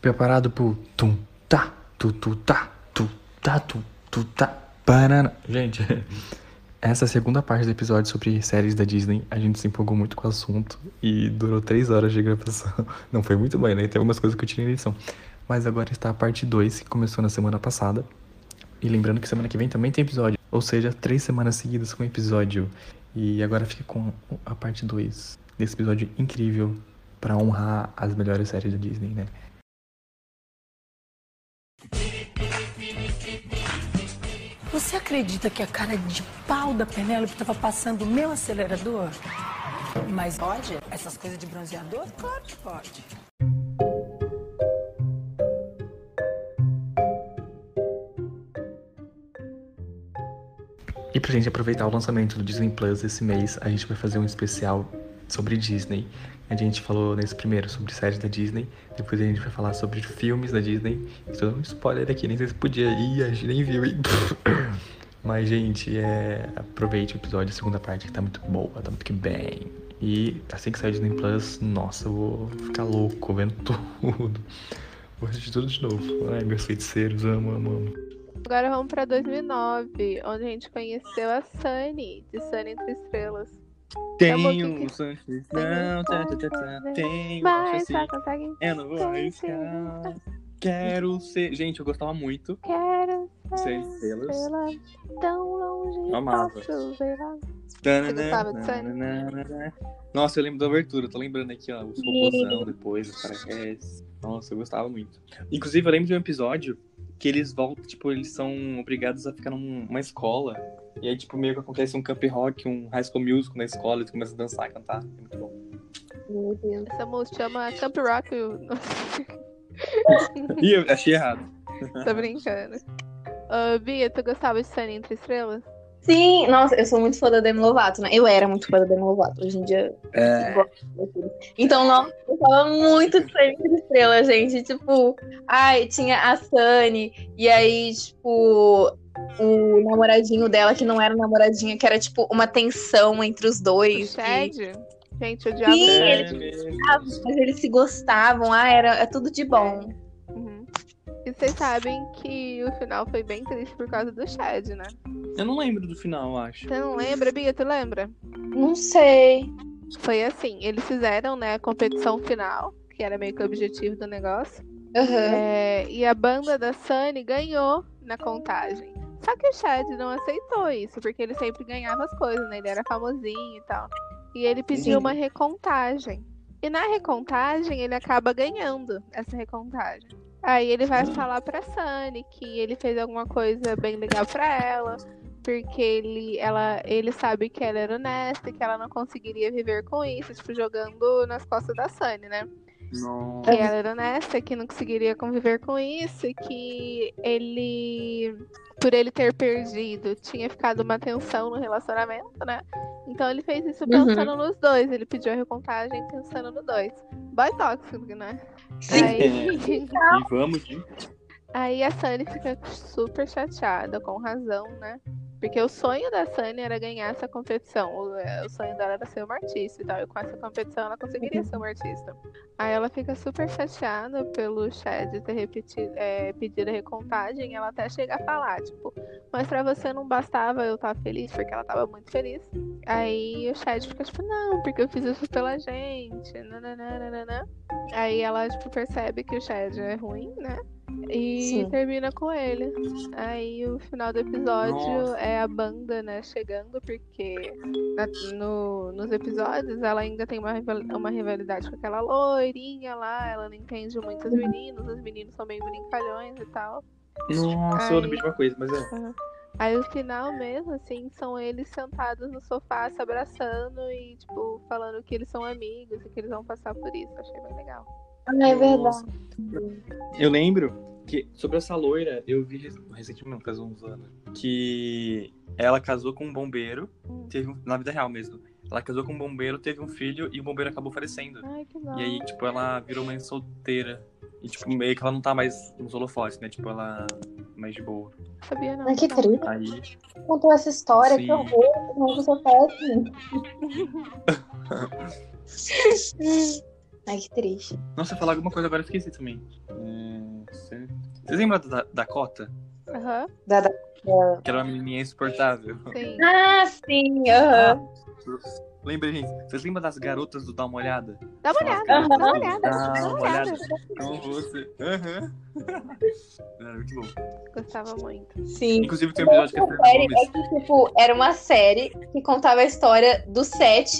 Preparado pro tum tá, tu tu tá, tu tá, tu tu tá, parana. Gente, essa segunda parte do episódio sobre séries da Disney, a gente se empolgou muito com o assunto e durou três horas de gravação. Não foi muito bem, né? Tem algumas coisas que eu tirei na edição. Mas agora está a parte 2, que começou na semana passada. E lembrando que semana que vem também tem episódio. Ou seja, três semanas seguidas com episódio. E agora fica com a parte 2 desse episódio incrível para honrar as melhores séries da Disney, né? Você acredita que a cara de pau da Penélope estava passando o meu acelerador? Mas pode? Essas coisas de bronzeador? Claro que pode. E pra gente aproveitar o lançamento do Disney Plus esse mês, a gente vai fazer um especial sobre Disney. A gente falou nesse primeiro sobre séries da Disney, depois a gente vai falar sobre filmes da Disney. Estou dando um spoiler aqui, nem sei se podia ir, a gente nem viu, hein? Mas, gente, é... aproveite o episódio, a segunda parte, que tá muito boa, tá muito que bem. E assim que sair o Disney Plus, nossa, eu vou ficar louco vendo tudo. Vou assistir tudo de novo. Ai, meus feiticeiros, amo, amo, amo. Agora vamos pra 2009, onde a gente conheceu a Sunny, de Sunny entre Estrelas. É Tenho um Não, não, tá, tá, tá, tá. assim. Mas só consegue. Eu É, não vou arriscar. Quero ser. Gente, eu gostava muito. Quero Sem ser estrelas. estrela tão longe. Amava. Posso ver lá. gostava de Sunny? Tananana. Nossa, eu lembro da abertura, tô lembrando aqui, ó, os robôzão depois, os paraquedas. Nossa, eu gostava muito. Inclusive, eu lembro de um episódio que eles voltam, tipo, eles são obrigados a ficar numa escola. E aí, tipo, meio que acontece um camp rock, um high school music na escola, eles começam a dançar, cantar. É muito bom. Meu Deus. Essa música chama Camp Rock. Ih, eu achei errado. Tô brincando. Ô, Bia, tu gostava de Sunny entre Estrelas? Sim, nossa, eu sou muito fã da Demi Lovato, né? Eu era muito fã da Demi Lovato, hoje em dia É. eu gosto de tudo. Então, nossa, eu gostava muito de Sunny entre Estrelas, gente. Tipo, ai, tinha a Sunny, e aí, tipo, o namoradinho dela, que não era namoradinha, que era, tipo, uma tensão entre os Do dois. e- Shed? Gente, eu odiava Sim, o É Shed. ele- mesmo. Ah, Mas eles se gostavam, ah, era é tudo de bom. Uhum. E vocês sabem que o final foi bem triste por causa do Shed, né? Eu não lembro do final, eu acho. Tu não lembra, Bia? Tu lembra? Não sei. Foi assim, eles fizeram, né, a competição final, que era meio que o objetivo do negócio. Aham. Uhum. É, e a banda da Sunny ganhou na contagem. Só que o Chad não aceitou isso, porque ele sempre ganhava as coisas, né? Ele era famosinho e tal. E ele pediu Sim. uma recontagem. E na recontagem, ele acaba ganhando essa recontagem. Aí ele vai falar pra Sunny que ele fez alguma coisa bem legal pra ela, porque ele, ela, ele sabe que ela era honesta, e que ela não conseguiria viver com isso, tipo, jogando nas costas da Sunny, né? Nossa. que ela era honesta, que não conseguiria conviver com isso, e que ele, por ele ter perdido, tinha ficado uma tensão no relacionamento, né? Então ele fez isso pensando nos dois, ele pediu a recontagem pensando nos dois. Boy tóxico, né? Sim. Aí, E vamos de. aí a Sunny fica super chateada, com razão, né? Porque o sonho da Sunny era ganhar essa competição. O, é, o sonho dela era ser uma artista e tal. E com essa competição ela conseguiria ser uma artista. Aí ela fica super chateada pelo Chad ter repetido, é, pedido a recontagem. Ela até chega a falar, tipo, mas pra você não bastava eu estar feliz, porque ela tava muito feliz. Aí o Chad fica tipo, não, porque eu fiz isso pela gente. nananana. Aí ela, tipo, percebe que o Chad é ruim, né? E Sim. termina com ele. Aí o final do episódio Nossa. é a banda, né, chegando, porque na- no- nos episódios ela ainda tem uma, rival- uma rivalidade com aquela loirinha lá, ela não entende muito os meninos, os meninos são meio brincalhões e tal. Nossa, Ai. eu lembrei de uma coisa, mas é. Aí o final mesmo, assim, são eles sentados no sofá, se abraçando e, tipo, falando que eles são amigos e que eles vão passar por isso. Achei bem legal. Ah, é verdade. Nossa. Eu lembro que sobre essa loira, eu vi rec- recentemente, faz uns anos, que ela casou com um bombeiro, teve um- na vida real mesmo. Ela casou com um bombeiro, teve um filho e o bombeiro acabou falecendo. Ai, que bom. E aí, tipo, ela virou mãe solteira. E, tipo, meio que ela não tá mais nos holofotes, né? Tipo, ela é mais de boa. Sabia não. Ai, que não. triste. Aí, Contou essa história, Sim. que horror, não, você péssimo. Ai, que triste. Nossa, eu ia falar alguma coisa agora, eu esqueci também. É, certo. Vocês lembram da da Dakota? Aham, Da- da- Que era uma menininha insuportável. sim. Ah, sim, aham. Lembrei, gente. Vocês lembram das garotas do Dá Uma Olhada? Dá uma olhada, dá uma olhada, dá Dá Ah, uma uma olhada. Então você. Aham. Era muito bom. Gostava muito. Sim. Inclusive tem um Outra episódio que é série é Fernando que, tipo, era uma série que contava a história do set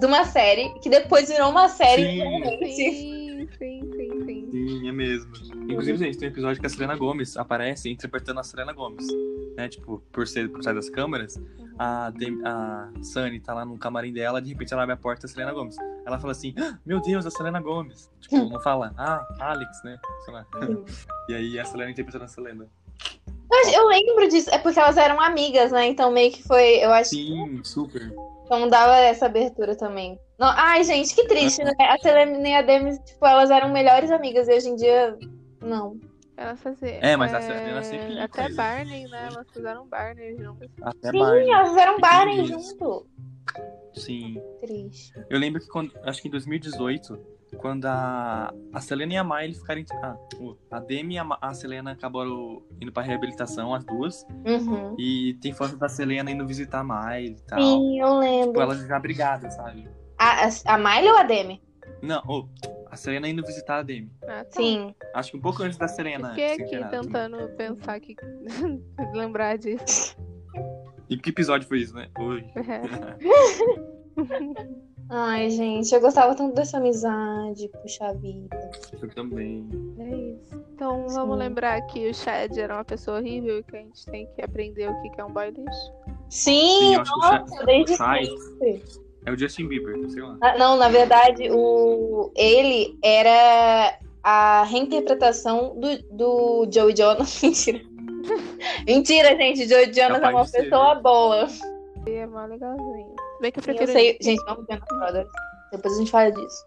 de uma série que depois virou uma série. Gomes. Sim. Sim, sim, sim, sim. Sim, sim, é mesmo. Inclusive, gente, tem um episódio que a Selena Gomes aparece interpretando a Selena Gomes. Né? Tipo, por ser por trás das câmeras, Uhum. a, Dem- a Sunny tá lá no camarim dela, de repente ela abre a porta da Selena Gomes. Ela fala assim, "Ah, meu Deus, a Selena Gomes. Tipo, não fala, ah, Alex, né? Sei lá. E aí a Selena interpretando a Selena. Mas eu lembro disso, é porque elas eram amigas, né? Então meio que foi, eu acho que Sim, super. então dava essa abertura também. Não, ai, gente, que Ah, triste, né? A Selena e a Demis, tipo, elas eram melhores amigas e hoje em dia, não. Ela fazia. É, mas a Serena sempre é, ia Até coisa. Barney, né? Elas fizeram Barney juntas. Até Sim, É Barney. elas eram barem Sim. junto. Sim. Triste. Eu lembro que quando, acho que em 2018, quando a, a Selena e a Miley ficaram. Ah, o- a Demi e a, Ma- a Selena acabaram indo pra reabilitação, as duas. Uhum. E tem foto da Selena indo visitar a Miley e tal. Sim, eu Tipo, lembro. elas já brigadas, sabe? A, a, a Miley ou a Demi? Não, ô, a Selena indo visitar a Demi. Ah, tá. Sim. Acho que um pouco antes da Selena. Fiquei se aqui enganar, também. tentando pensar que. lembrar disso. E que episódio foi isso, né? Oi. É. Ai, gente, eu gostava tanto dessa amizade, puxa vida. Eu também. É isso. Então vamos Sim. lembrar que o Chad era uma pessoa horrível e que a gente tem que aprender o que que é um boy lixo. Sim, eu acho que é o Chad- nossa, desde o Chad- sempre. É o Justin Bieber, sei lá. Ah, Não, na verdade, o ele era a reinterpretação do, do Joey Jonas. Mentira. Mentira, gente. Joey Jonas é Capaz uma de ser, né? pessoa boa. E é mó legalzinho. Se Bem que eu Eu prefiro. sei. Gente, vamos ver no Brothers. Depois a gente fala disso.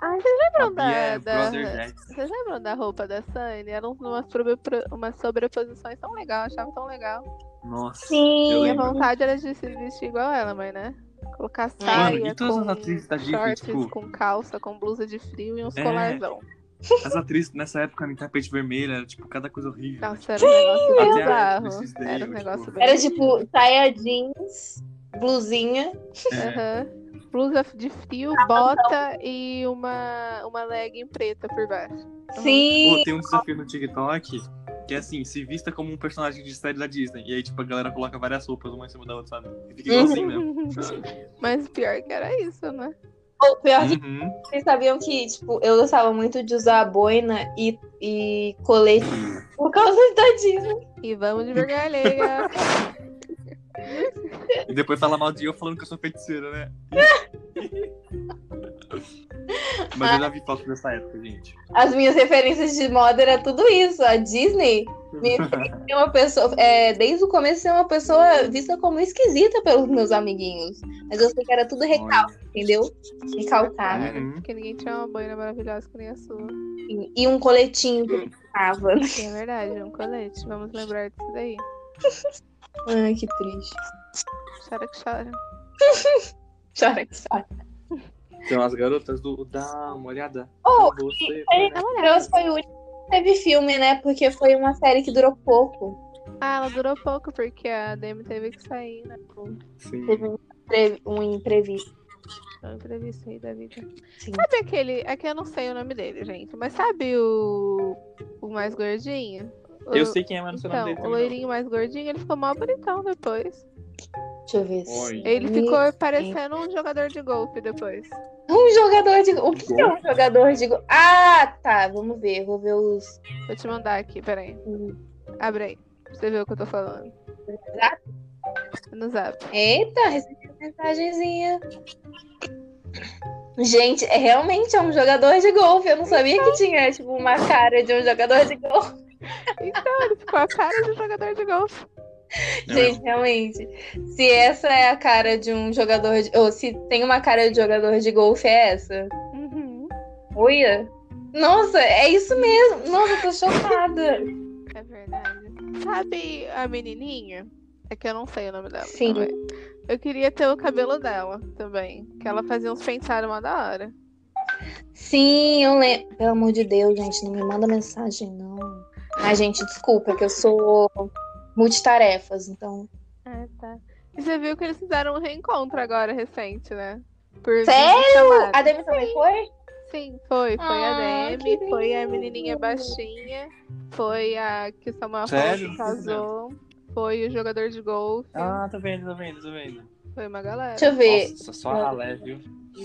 Ai, vocês lembram E é da. da... Brother Jackson. Vocês lembram da roupa da Sunny? Eram umas, sobre- umas sobreposições tão legal, eu achava tão legal. Nossa. Sim, eu Minha lembro. vontade era de se vestir igual ela, mas né? Colocar saia Mano, e todas as atrizes da com Disney, shorts, tipo, com calça, com blusa de frio e uns É. colarzão. As atrizes nessa época em tapete vermelho era tipo cada coisa horrível. Nossa, era um negócio Até bizarro. esses daí, Era um tipo, negócio bem Era tipo saia jeans, blusinha. É. Aham. Blusa de Ah, frio, bota e uma, uma legging preta por baixo. Sim. Pô, tem um desafio no TikTok que é assim, se vista como um personagem de série da Disney. E aí, tipo, a galera coloca várias roupas uma em cima da outra, sabe? E fica igual assim mesmo. Mas pior que era isso, né? Ou pior que Uhum. vocês sabiam que, tipo, eu gostava muito de usar boina e, e colete por causa da Disney. E vamos de vergalheia. E depois fala mal de eu falando que eu sou feiticeira, né? Mas eu já vi foto dessa época, gente. As minhas referências de moda era tudo isso. A Disney me é uma pessoa, é, desde o começo, é uma pessoa vista como esquisita pelos meus amiguinhos. Mas eu sei que era tudo recalque, entendeu? Recalcado. Uhum. Porque ninguém tinha uma boina maravilhosa que nem a sua. assim. E um coletinho que eu tava. É verdade, um colete. Vamos lembrar disso daí. Ai, que triste. Chora que chora. Chora que chora. Então, as garotas do. Dá uma olhada. Oh, em você, Ele né? Deus foi o único que teve filme, né? Porque foi uma série que durou pouco. Ah, ela durou pouco porque a Demi teve que sair, né? Sim. Teve um, impre- um imprevisto. assim. Foi um imprevisto aí da vida. Sim. Sabe aquele. É que eu não sei o nome dele, gente. Mas sabe o. O mais gordinho? Eu O- sei quem é, mas não sei o Então, nome o dele. também, loirinho mais gordinho, ele ficou mó bonitão depois. Deixa eu Oi. ver. se- Ele ficou parecendo um jogador de golfe depois. Um jogador de. O que que é um jogador de. go- Ah, tá. Vamos ver. Vou ver os. Vou te mandar aqui, peraí. Abre aí. Pra você ver o que eu tô falando. Zap? No zap. Eita, recebi uma mensagenzinha. Gente, é realmente é um jogador de golfe. Eu não sabia que tinha, tipo, uma cara de um jogador de golfe. Então, ele ficou a cara de um jogador de golfe. não. Gente, realmente. Se essa é a cara de um jogador de. Ou se tem uma cara de jogador de golfe, é essa? Uhum. Olha. Nossa, é isso mesmo. Nossa, eu tô chocada. É verdade. Sabe a menininha? É que eu não sei o nome dela. Sim. também. Eu queria ter o cabelo dela também. Que ela fazia uns penteados uma da hora. Sim, eu lembro. Pelo amor de Deus, gente, não me manda mensagem, não. Ai, gente, desculpa, que eu sou multitarefas, então. Ah, tá. E você viu que eles fizeram um reencontro agora, recente, né? Por Sério? videochamada. A Demi também foi? Sim, foi. Foi Ah, a Demi, que foi a lindo. menininha baixinha, foi a que o Samuel Sério? Rocha casou, foi o jogador de golfe, Ah, tô vendo, tô vendo, tô vendo. foi uma galera. Deixa eu ver. Nossa, só ralé, viu?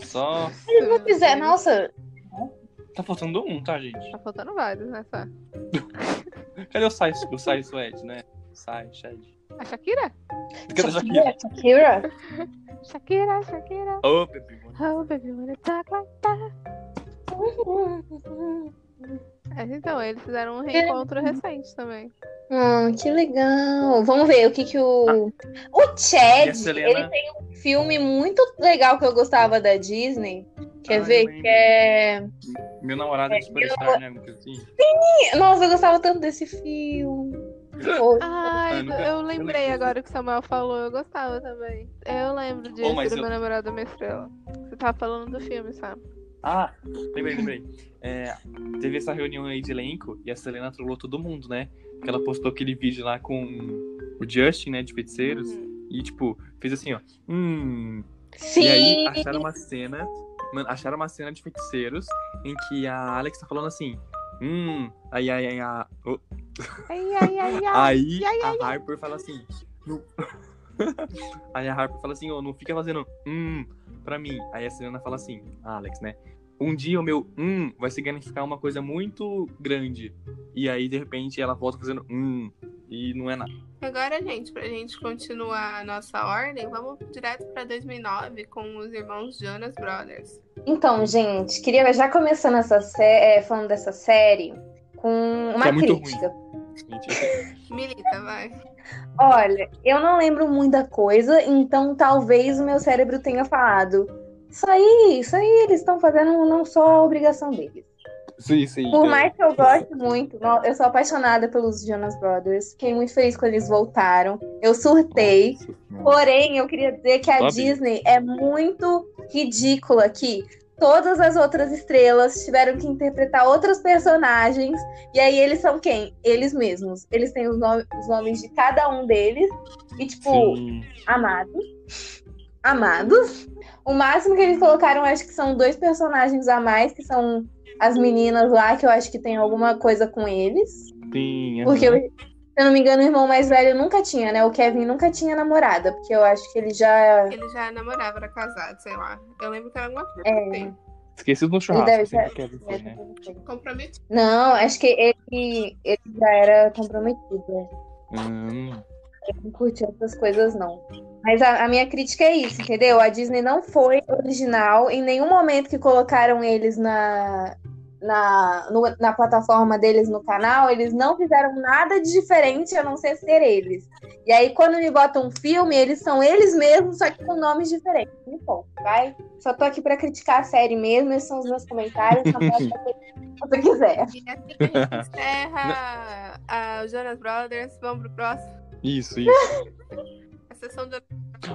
Só. Eles não fizeram. Nossa, Nossa, Tá faltando um, tá, gente? Tá faltando vários, né? Só. Cadê o Sai, o Sai Suede, né? Sai, Shed. A Shakira? Cadê a Shakira? Shakira, Shakira. Shakira, Shakira. Ô, bebê. Oh, baby, wanna talk like that. É, Mas então, eles fizeram um reencontro recente também. Hum, que legal. Vamos ver o que que o. O Chad, E a Selena? ele tem um filme muito legal que eu gostava da Disney. Quer Ah, eu ver? lembro. Que é. Meu namorado é superstar, né? Alguma coisa assim. Ih, é, Nossa, eu gostava tanto desse filme. Pô, Ai, Ah, eu, nunca- eu lembrei lembro. agora o que o Samuel falou, eu gostava também. Eu lembro disso, mas do eu- meu namorado e minha estrela. Você tava falando do filme, sabe? Ah, lembrei, lembrei. É, teve essa reunião aí de elenco e a Selena trollou todo mundo, né? Porque ela postou aquele vídeo lá com o Justin, né, de feiticeiros. E, tipo, fez assim, ó. Hum. E aí Sim, acharam uma cena. Mano, acharam uma cena de feiticeiros em que a Alex tá falando assim. Hum. Aí, aí, aí, a. oh, Ai, ai, ai, ai. aí ai, a Harper fala assim. "Não." aí a Harper fala assim, ó, não fica fazendo hum pra mim. Aí a Selena fala assim, a Alex, né? Um dia o meu hum vai significar uma coisa muito grande. E aí, de repente, ela volta fazendo hum. E não é nada. Agora, gente, pra gente continuar a nossa ordem, vamos direto pra 2009 com os irmãos Jonas Brothers. Então, gente, queria já começando essa série, falando dessa série, com uma Que é muito crítica. Mentira. Milita, vai. Olha, eu não lembro muita coisa, então talvez o meu cérebro tenha falado. Isso aí, isso aí, eles estão fazendo não só a obrigação deles. Sim, sim. Por mais que eu goste muito, no- eu sou apaixonada pelos Jonas Brothers. Fiquei muito feliz quando eles voltaram. Eu surtei. Porém, eu queria dizer que a Sabe? Disney é muito ridícula aqui. Todas as outras estrelas tiveram que interpretar outros personagens. E aí eles são quem? Eles mesmos. Eles têm os, nom- os nomes de cada um deles. E, tipo, Sim. amados. Amados. O máximo que eles colocaram, acho que são dois personagens a mais, que são as meninas lá, que eu acho que tem alguma coisa com eles. Sim, Porque, eu- se eu não me engano, o irmão mais velho nunca tinha, né? O Kevin nunca tinha namorada, porque eu acho que ele já. Ele já namorava, era casado, sei lá. Eu lembro que era alguma coisa É. assim. Esquecido no deve churrasco. ser- sempre Kevin foi, né? Comprometido. Não, acho que ele, ele já era comprometido. né? Hum. Não curti essas coisas, não. Mas a, a minha crítica é isso, entendeu? A Disney não foi original. Em nenhum momento que colocaram eles na, na, no- na plataforma deles no canal, eles não fizeram nada de diferente a não ser ser eles. E aí, quando me botam um filme, eles são eles mesmos, só que com nomes diferentes. Me pouco, vai? Só tô aqui pra criticar a série mesmo, esses são os meus comentários. Só pode fazer o que você quiser. E assim a gente encerra a- os Jonas Brothers. Vamos pro próximo. Isso, isso. A sessão do.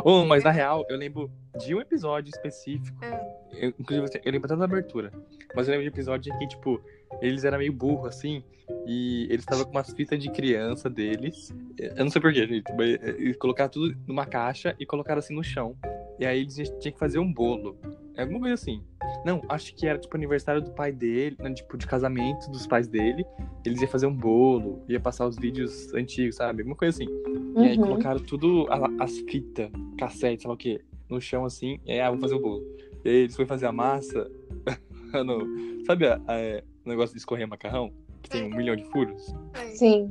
oh, mas na real, eu lembro de um episódio específico. É. Eu, inclusive, eu lembro até da abertura. Mas eu lembro de um episódio em que, tipo, eles eram meio burros, assim. E eles estavam com umas fitas de criança deles. Eu não sei porquê, gente. Mas eles colocaram tudo numa caixa e colocaram assim no chão. E aí eles tinham que fazer um bolo. É alguma coisa assim. Não, acho que era tipo aniversário do pai dele, né, tipo, de casamento dos pais dele. Eles iam fazer um bolo, ia passar os vídeos antigos, sabe? Alguma coisa assim. E aí Uhum. colocaram tudo a- as fitas, cassete, sei lá o quê, no chão assim. E aí, ah, vou fazer o bolo. E aí eles foram fazer a massa. ah, não. Sabe a- a- é, o negócio de escorrer macarrão? Que tem um Uhum. milhão de furos? Sim.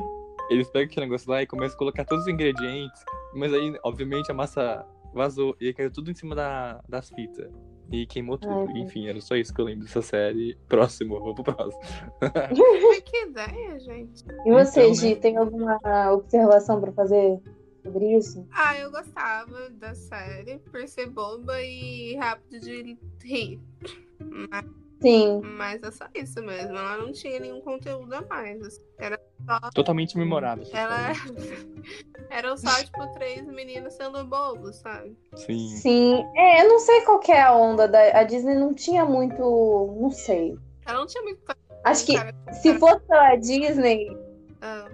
Eles pegam aquele negócio lá e começam a colocar todos os ingredientes. Mas aí, obviamente, a massa vazou. E aí caiu tudo em cima da, das fitas. E queimou tudo. Ai. Enfim, era só isso que eu lembro dessa série. Próximo, vou pro próximo. Mas que ideia, gente. E você, Então, né? Gi, tem alguma observação pra fazer sobre isso? Ah, eu gostava da série por ser boba e rápido de rir. Sim. Mas é só isso mesmo. Ela não tinha nenhum conteúdo a mais. assim. Era, Totalmente memorável. essa ela... série. Eram só, tipo, três meninos sendo bobos, sabe? Sim. Sim. É, eu não sei qual que é a onda da. A Disney não tinha muito. Não sei. Ela não tinha muito. Acho que se fosse a Disney, Ah,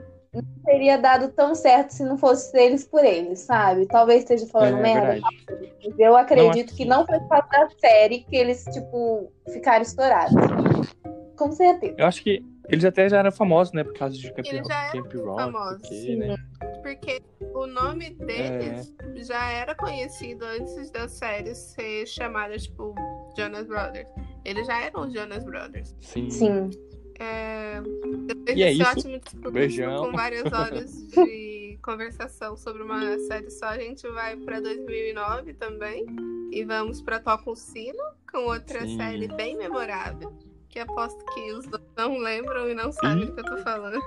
teria dado tão certo se não fosse eles por eles, sabe? Talvez esteja falando é, merda. verdade. assim, mas Eu acredito acho que que- não foi por causa da série que eles, tipo, ficaram estourados. Com certeza. Eu acho que eles até já eram famosos, né? Por causa de Camp, Eles já Camp Rock. famosos, porque, né? Porque o nome deles É. já era conhecido antes da série ser chamada, tipo, Jonas Brothers. Eles já eram os Jonas Brothers. Sim. Sim. É, Depois E é desse isso. ótimo descobrindo Beijão. com várias horas de conversação sobre uma série só, a gente vai pra 2009 também. E vamos pra Toca o Sino, com outra Sim. série bem memorável. Que aposto que os dois não lembram e não sabem do que eu tô falando.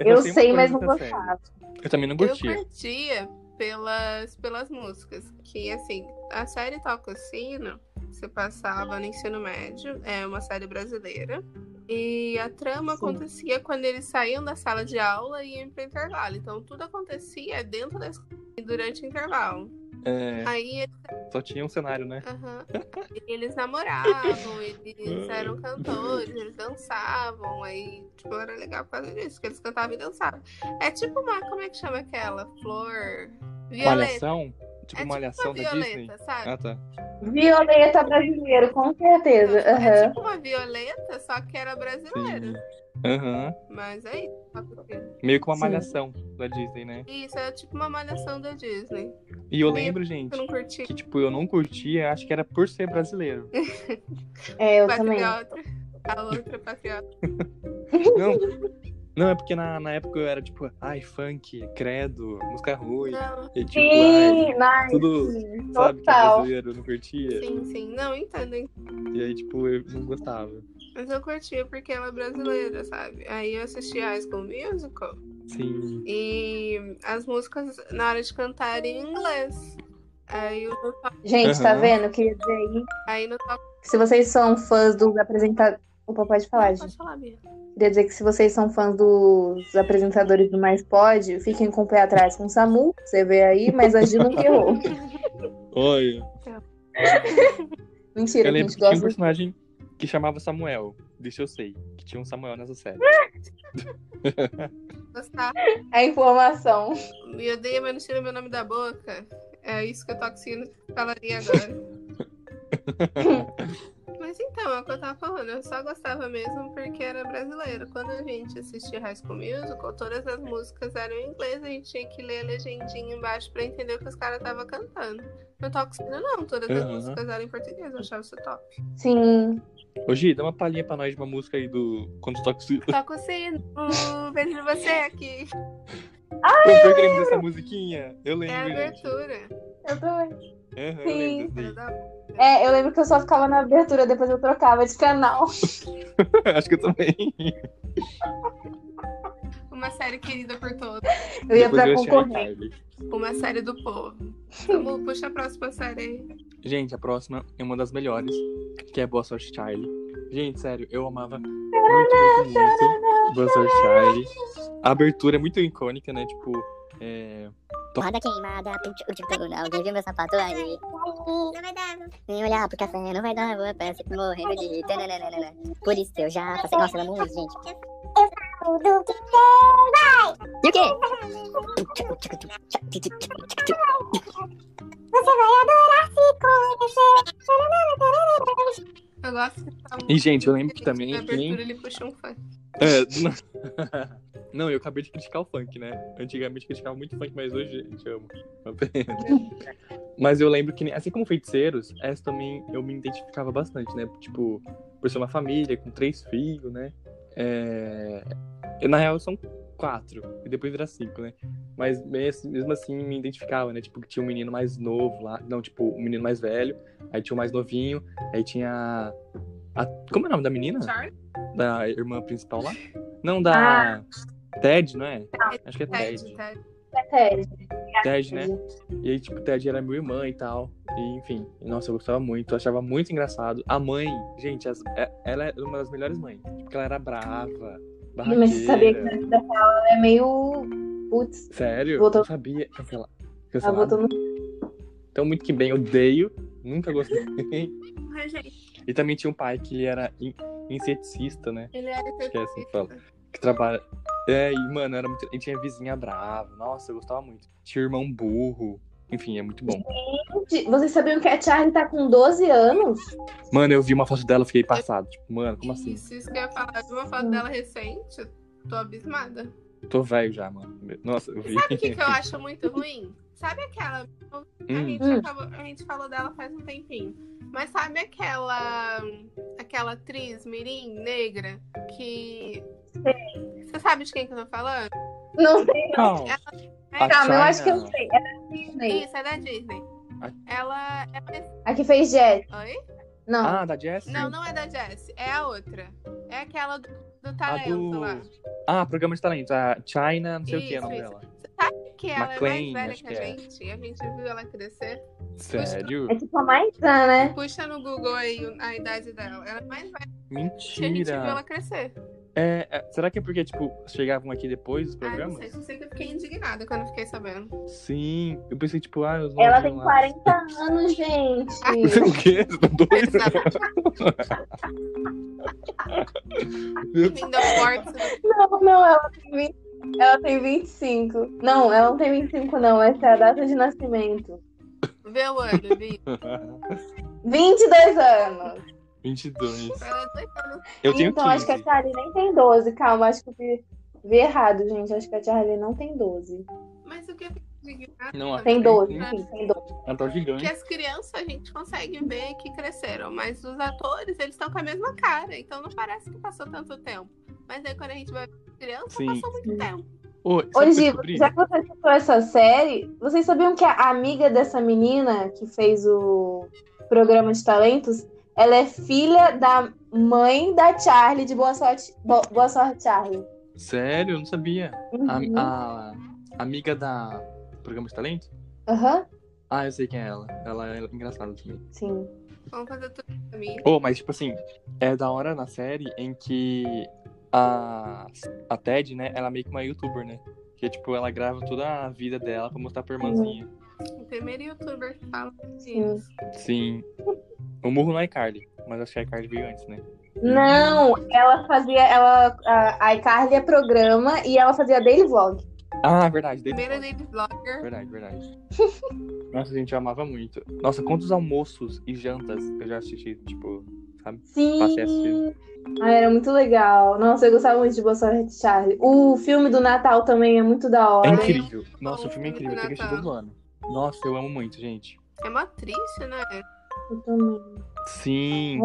Eu, uma sei, coisa mas não dessa série. gostava. Eu também não Eu curtia. curtia pelas, pelas músicas. Que assim, a série Toca o Sino se passava no ensino médio, é uma série brasileira. E a trama Sim. acontecia quando eles saíam da sala de aula e iam para intervalo. Então tudo acontecia dentro da escola e durante o intervalo. É, Aí só tinha um cenário, né? Aham. E Eles namoravam, eles eram cantores, eles dançavam, aí, tipo, era legal por causa disso, que eles cantavam e dançavam. É tipo uma, como é que chama aquela? Flor. Violeta. Malhação? é Tipo tipo uma malhação uma da violeta, Disney? sabe? Ah, tá. Violeta brasileiro, com certeza. Então, tipo, É Aham. tipo uma violeta, só que era Sim. brasileira. Aham. Mas é isso. só porque- Meio que uma Sim. malhação da Disney, né? Isso, é tipo uma malhação da Disney. E eu Sim. lembro, Eu gente, não curti. que tipo, eu não curtia, acho que era por ser brasileiro. É, eu também. Patriota. A outra patriota. Não, não é porque na, na época eu era tipo, ai, funk, credo, música ruim. Não, E tipo, ai, Sim, nice. tudo, sabe, que é Total. brasileiro, eu não curtia. sim, sim. Não, entendo, E aí, tipo, eu não gostava. Mas eu curtia porque ela é brasileira, sabe? Aí eu assistia High School Musical Sim. e as músicas na hora de cantar eram em inglês. Aí, eu, Gente, tá Aham. vendo? Eu queria dizer aí aí no top. que se vocês são fãs dos apresentadores. Opa, pode falar, gente. Pode falar, Bia. Queria dizer que se vocês são fãs dos apresentadores do Mais Pod, fiquem com o pé atrás com o Samu, você vê aí, mas a Gi nunca errou. Olha. Mentira, eu a lembro gente que tinha um gosta. de- personagem que chamava Samuel. Deixa eu sei. Que tinha um Samuel nessa série. Gostar. A informação. Me odeia, mas não tira meu nome da boca. É isso que eu toxino falaria agora. mas então, é o que eu tava falando. Eu só gostava mesmo porque era brasileiro. Quando a gente assistia High School Musical, todas as músicas eram em inglês. A gente tinha que ler a legendinha embaixo pra entender o que os caras estavam cantando. No toxino, não. Todas as Aham. músicas eram em português. Eu achava isso top. Sim. Ô, Gi, dá uma palhinha pra nós de uma música aí do. Quando tu toca o sino. Toca o sino. Vejo você aqui. Eu lembro dessa musiquinha. Eu É lembro. a gente. abertura. Eu também. Aham, eu Sim. lembro Era dessa da É, eu lembro que eu só ficava na abertura, depois eu trocava de canal. daí. Acho que eu também. Uma série querida por todos. Eu ia Depois pra assistia na tarde. concorrente. Uma série do povo. Samu, puxa a próxima série aí. Gente, a próxima é uma das melhores. Que é Boa Sorte Charlie. Gente, sério, eu amava muito, muito, muito Boa Sorte Charlie. A abertura é muito icônica, né? Tipo, é, Porrada queimada, pinto o tico, alguém viu meu sapato aí? Não vai dar, Nem olhar pro café, não vai dar, vou a pé, fico morrendo de rir, tananana. Por isso eu já passei, nossa, era muito, gente. Eu falo do que vai! E o quê? Eu gosto que tá Samu. E, gente, eu lembro que também Na que nem- né? abertura ele puxa um fã. É, não... não, eu acabei de criticar o funk, né? Antigamente eu criticava muito funk, mas hoje, gente, amo. Uma pena. Mas eu lembro que, assim como feiticeiros, essa também eu me identificava bastante, né? Tipo, por ser uma família, com três filhos, né? É... e, Na real, são quatro, e depois vira cinco, né? Mas mes- mesmo assim me identificava, né? Tipo, que tinha um menino mais novo lá. Não, tipo, um menino mais velho. Aí tinha o mais novinho. Aí tinha. a- a- Como é o nome da menina? Charlie? Da irmã principal lá? Não, da. Ah. Ted, não é? Acho que é Ted. né? né? Ted, Ted. Ted. Ted, né? E aí, tipo, Ted era minha irmã e tal. E, enfim, nossa, eu gostava muito, eu achava muito engraçado. A mãe, gente, as- é- ela é uma das melhores mães. Porque ela era brava, barraqueira. Mas você sabia que na vida real ela é meio. Putz, Sério? Voltou. Não sabia. Cancela. ela Cancelado. botou no. Então, muito que bem, odeio. Nunca gostei. Mas, gente, e também tinha um pai que ele era in- inseticista, né? ele era que é assim que fala. perfeito. né? que trabalha. É, e, mano, era muito. E tinha vizinha brava. Nossa, eu gostava muito. Tinha irmão burro. Enfim, é muito bom. Gente, Vocês sabiam que a Charlie tá com 12 anos? Mano, eu vi uma foto dela, fiquei passado. Tipo, mano, como assim? Isso, isso que eu ia falar. Eu vi uma foto dela recente, eu tô abismada. Eu tô velho já, mano. Nossa, eu vi. Sabe o que, que eu acho muito ruim? Sabe aquela. A, Hum, gente Hum. acabou- a gente falou dela faz um tempinho. Mas sabe aquela. aquela atriz mirim negra que. Você sabe de quem que eu tô falando? Não sei. não. é A Calma, eu acho que eu China- sei. É da Disney. Isso, é da Disney. A- Ela. ela- É A que fez Jet. Oi? Não. Ah, da Jess? Não, não é da Jessie, é a outra. É aquela do, do A talento do. lá. Ah, programa de talento. A China, não sei o que é o Isso, nome isso. dela. Que ela McLean, é mais velha acho que que a é. gente. A gente viu ela crescer. Sério? É tipo a Maisã, né? Puxa no Google aí o- a idade dela. Ela é mais velha que a gente viu Mentira. ela crescer. É, é, será que é porque, tipo, chegavam aqui depois dos Ah, não sei. programas? Só sei que eu fiquei indignada quando eu fiquei sabendo. Sim. Eu pensei, tipo, ah, os Ela novinhos tem lá. 40 anos, gente. O quê? Você tá doido? Exato. Meu Linda forte. Não, não, ela tem 20. Ela tem 25. Não, ela não tem 25, não. Essa é a data de nascimento. Vê o ano, Vi. 22 anos. 22. Ela é dois anos. Eu tenho então, acho que a 15. Charlie nem tem 12. Calma, acho que eu vi, vi errado, gente. Acho que a Charlie não tem 12. Mas o que eu fico indignada Não, também Tem 12, é enfim, tem 12. Ela tá Que gigante. as crianças a gente consegue ver que cresceram, mas os atores, eles estão com a mesma cara, então não parece que passou tanto tempo. Mas aí quando a gente vai ver criança, Sim. passou muito tempo. Ô, sabe o que eu Ô, Gi, descobri? já que você assistiu essa série, vocês sabiam que a amiga dessa menina que fez o programa de talentos, ela é filha da mãe da Charlie de Boa Sorte, Bo- Boa Sorte Charlie. Sério? Eu não sabia. A, Uhum. a amiga da Programa de Talento? Aham, Ah, eu sei quem é ela. Ela é engraçada também. sim. Vamos fazer tudo pra mim. Ô, mas tipo assim, é da hora na série em que a, a Ted, né, ela é meio que uma youtuber, né? Que tipo, ela grava toda a vida dela pra mostrar pra irmãzinha. O primeiro youtuber que fala assim, disso. Sim. O murro não é iCarly, mas acho que a iCarly veio antes, né? Não, ela fazia, ela, a, a iCarly é programa e ela fazia daily vlog. Ah, verdade. Daily Primeira Vlog. dele vlogger. Verdade, verdade. Nossa, gente, eu amava muito. Nossa, quantos almoços e jantas eu já assisti, tipo, Passei a Sim. assistir. Ah, era muito legal. Nossa, eu gostava muito de Boa Sorte Charlie. O filme do Natal também é muito da É hora. incrível. Nossa, o filme é Filme incrível. do Tem que assistir Natal. todo ano. Nossa, eu amo muito, gente. É mó triste, né? Eu também. Sim.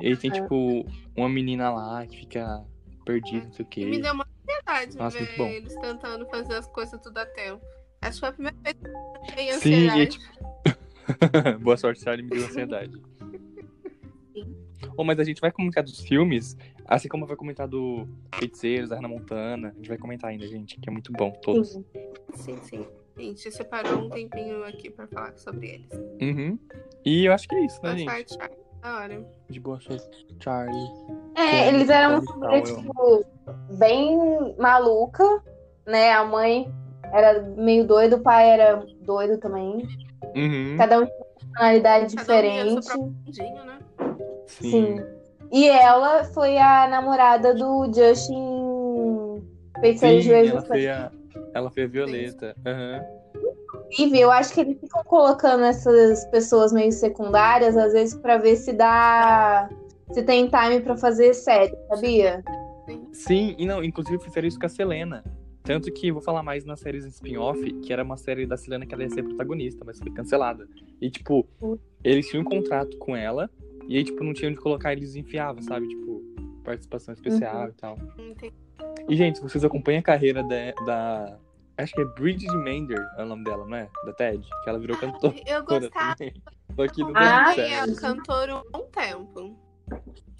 E aí tem, tipo, uma menina lá que fica perdida, não sei o E me quê. deu uma ansiedade Nossa, ver muito bom. eles tentando fazer as coisas tudo a tempo. Acho que foi a primeira vez que eu tenho Sim, ansiedade. e tipo. Boa sorte, Sally, me deu ansiedade. Oh, mas a gente vai comentar dos filmes, assim como vai comentar do Feiticeiros, da Hannah Montana. A gente vai comentar ainda, gente, que é muito bom, todos. Sim. Sim, sim. A gente separou um tempinho aqui pra falar sobre eles. Uhum. E eu acho que é isso, né, Boa gente? sorte, Charlie. Da hora. De boa sorte, Charlie. É, Sim, eles eram uma então, família, eu- tipo, bem maluca, né? A mãe era meio doida, o pai era doido também. Uhum. Tá, Cada um tinha uma Cada personalidade um tinha seu diferente. próprio mundinho, né? Sim. E ela foi a namorada do Justin Feiticeiro de Sim, Waverly ela Place. foi a, ela foi a Violeta. Aham. Inclusive, eu acho que eles ficam colocando essas pessoas meio secundárias, às vezes, pra ver se dá. se tem time pra fazer série, sabia? Sim, e não, inclusive fizeram isso com a Selena. Tanto que eu vou falar mais nas séries em spin-off, que era uma série da Selena que ela ia ser protagonista, mas foi cancelada. E, tipo, eles tinham um contrato com ela, e aí, tipo, não tinham de colocar, eles enfiavam, sabe? Tipo, participação Uhum. especial e tal. Não tem- E, gente, vocês acompanham a carreira da. da- acho que é Bridget Mender, é o nome dela, não é? Da TED, que ela virou cantora. Eu gostava também. Só que não deu Ah, muito de certo. a cantora um bom tempo.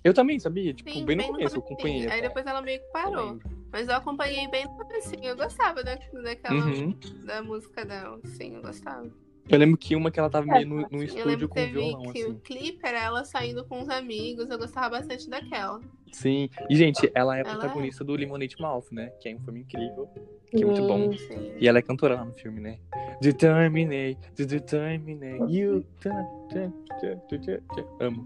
Eu também sabia, tipo, Sim, bem no começo, eu comecinho. acompanhei. Aí até, depois ela meio que eu parou. lembro. Mas eu acompanhei bem no comecinho. Eu gostava da, né, tipo, daquela Uhum. da música dela. Sim, eu gostava. Eu lembro que uma que ela tava meio no, no É, Eu lembro estúdio que com teve violão, que assim. o clipe era ela saindo com os amigos. Eu gostava bastante daquela. Sim. E, gente, ela é a Ela é. protagonista do Limonade Mouth, né? Que é um filme incrível, que é muito bom. Sim. E ela é cantora lá no filme, né? Determinate, de- determinate, you... ta- ta- ta- ta- ta- ta- Amo.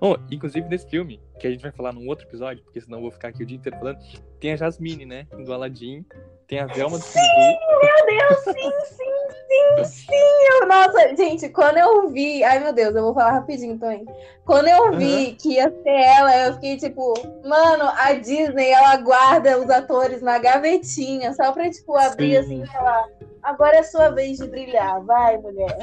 Oh, inclusive nesse filme, que a gente vai falar num outro episódio, porque senão eu vou ficar aqui o dia inteiro falando, tem a Jasmine, né? Do Aladdin. Tem a Velma do Scooby-Doo. Meu Deus, sim, sim, sim, sim. Eu- nossa, gente, quando eu vi. Ai, meu Deus, eu vou falar rapidinho também. Quando eu vi que ia ser ela, eu fiquei tipo, mano, a Disney, ela guarda os atores na gavetinha, só pra, tipo, abrir Sim. assim e falar. Agora é sua vez de brilhar, vai, mulher.